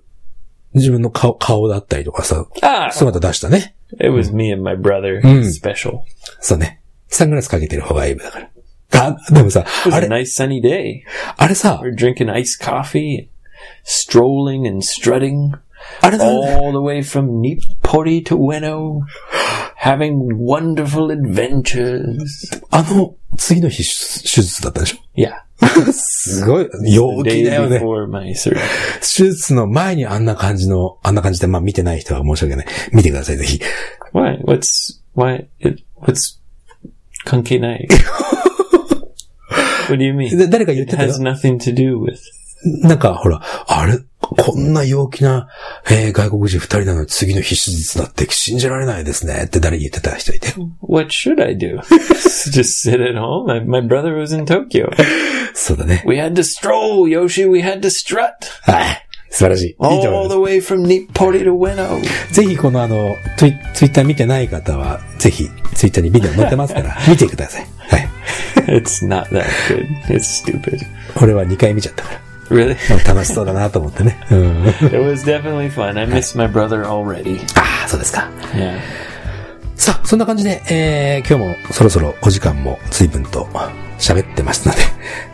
A: 自分の顔、顔だったりとかさ、
B: Ah,
A: 姿出したね。
B: it was me and my brother
A: Hmm.
B: special.
A: そうね。サングラスかけてる方がエウだから。あ、でもさ、
B: It
A: あ
B: was
A: れ、
B: a nice sunny day.
A: あれさ
B: We、We're drinking iced coffee, strolling and strutting
A: あれだよね。
B: all the way from Nipori to Ueno, having wonderful adventures.
A: あの、次の日、手術だったでしょ
B: Yeah.
A: すごい、陽
B: The
A: 気
B: day
A: だよね。
B: before my surgery.
A: 手術の前にあんな感じの、あんな感じで、まあ見てない人は申し訳ない。見てください、ぜひ。
B: Why? What's why? It, what's kunky night? what do you <laughs> mean?
A: で誰か言っ
B: It
A: てたよ
B: has。nothing to do with.
A: なんか、ほら、あれ、こんな陽気な、えー外国人二人なのに次の日手術だって信じられないですねって誰言ってた人いて。
B: What should I <laughs> do? Just sit at home. My, my brother was in Tokyo.
A: そうだね。
B: We had to stroll, Yoshi. We had to strut
A: はい。素晴らしい。いいと思い
B: all
A: ます
B: the way from Nippori to Ueno. <laughs>
A: ぜひこのあのツイ、ツイッター見てない方は、ぜひツイッターにビデオ載ってます <laughs> から、見てください。はい。
B: It's not that good. It's stupid.
A: 俺は2回見ちゃったから。
B: Really?
A: でも楽しそうだなと思ってね。うん。
B: It was definitely fun. I miss my brother already.
A: ああ、そうですか。
B: Yeah.
A: さあ、そんな感じで、えー、今日もそろそろお時間も随分と喋ってますので、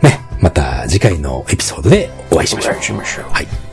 A: ね、また次回のエピソードでお会いしましょう。はい。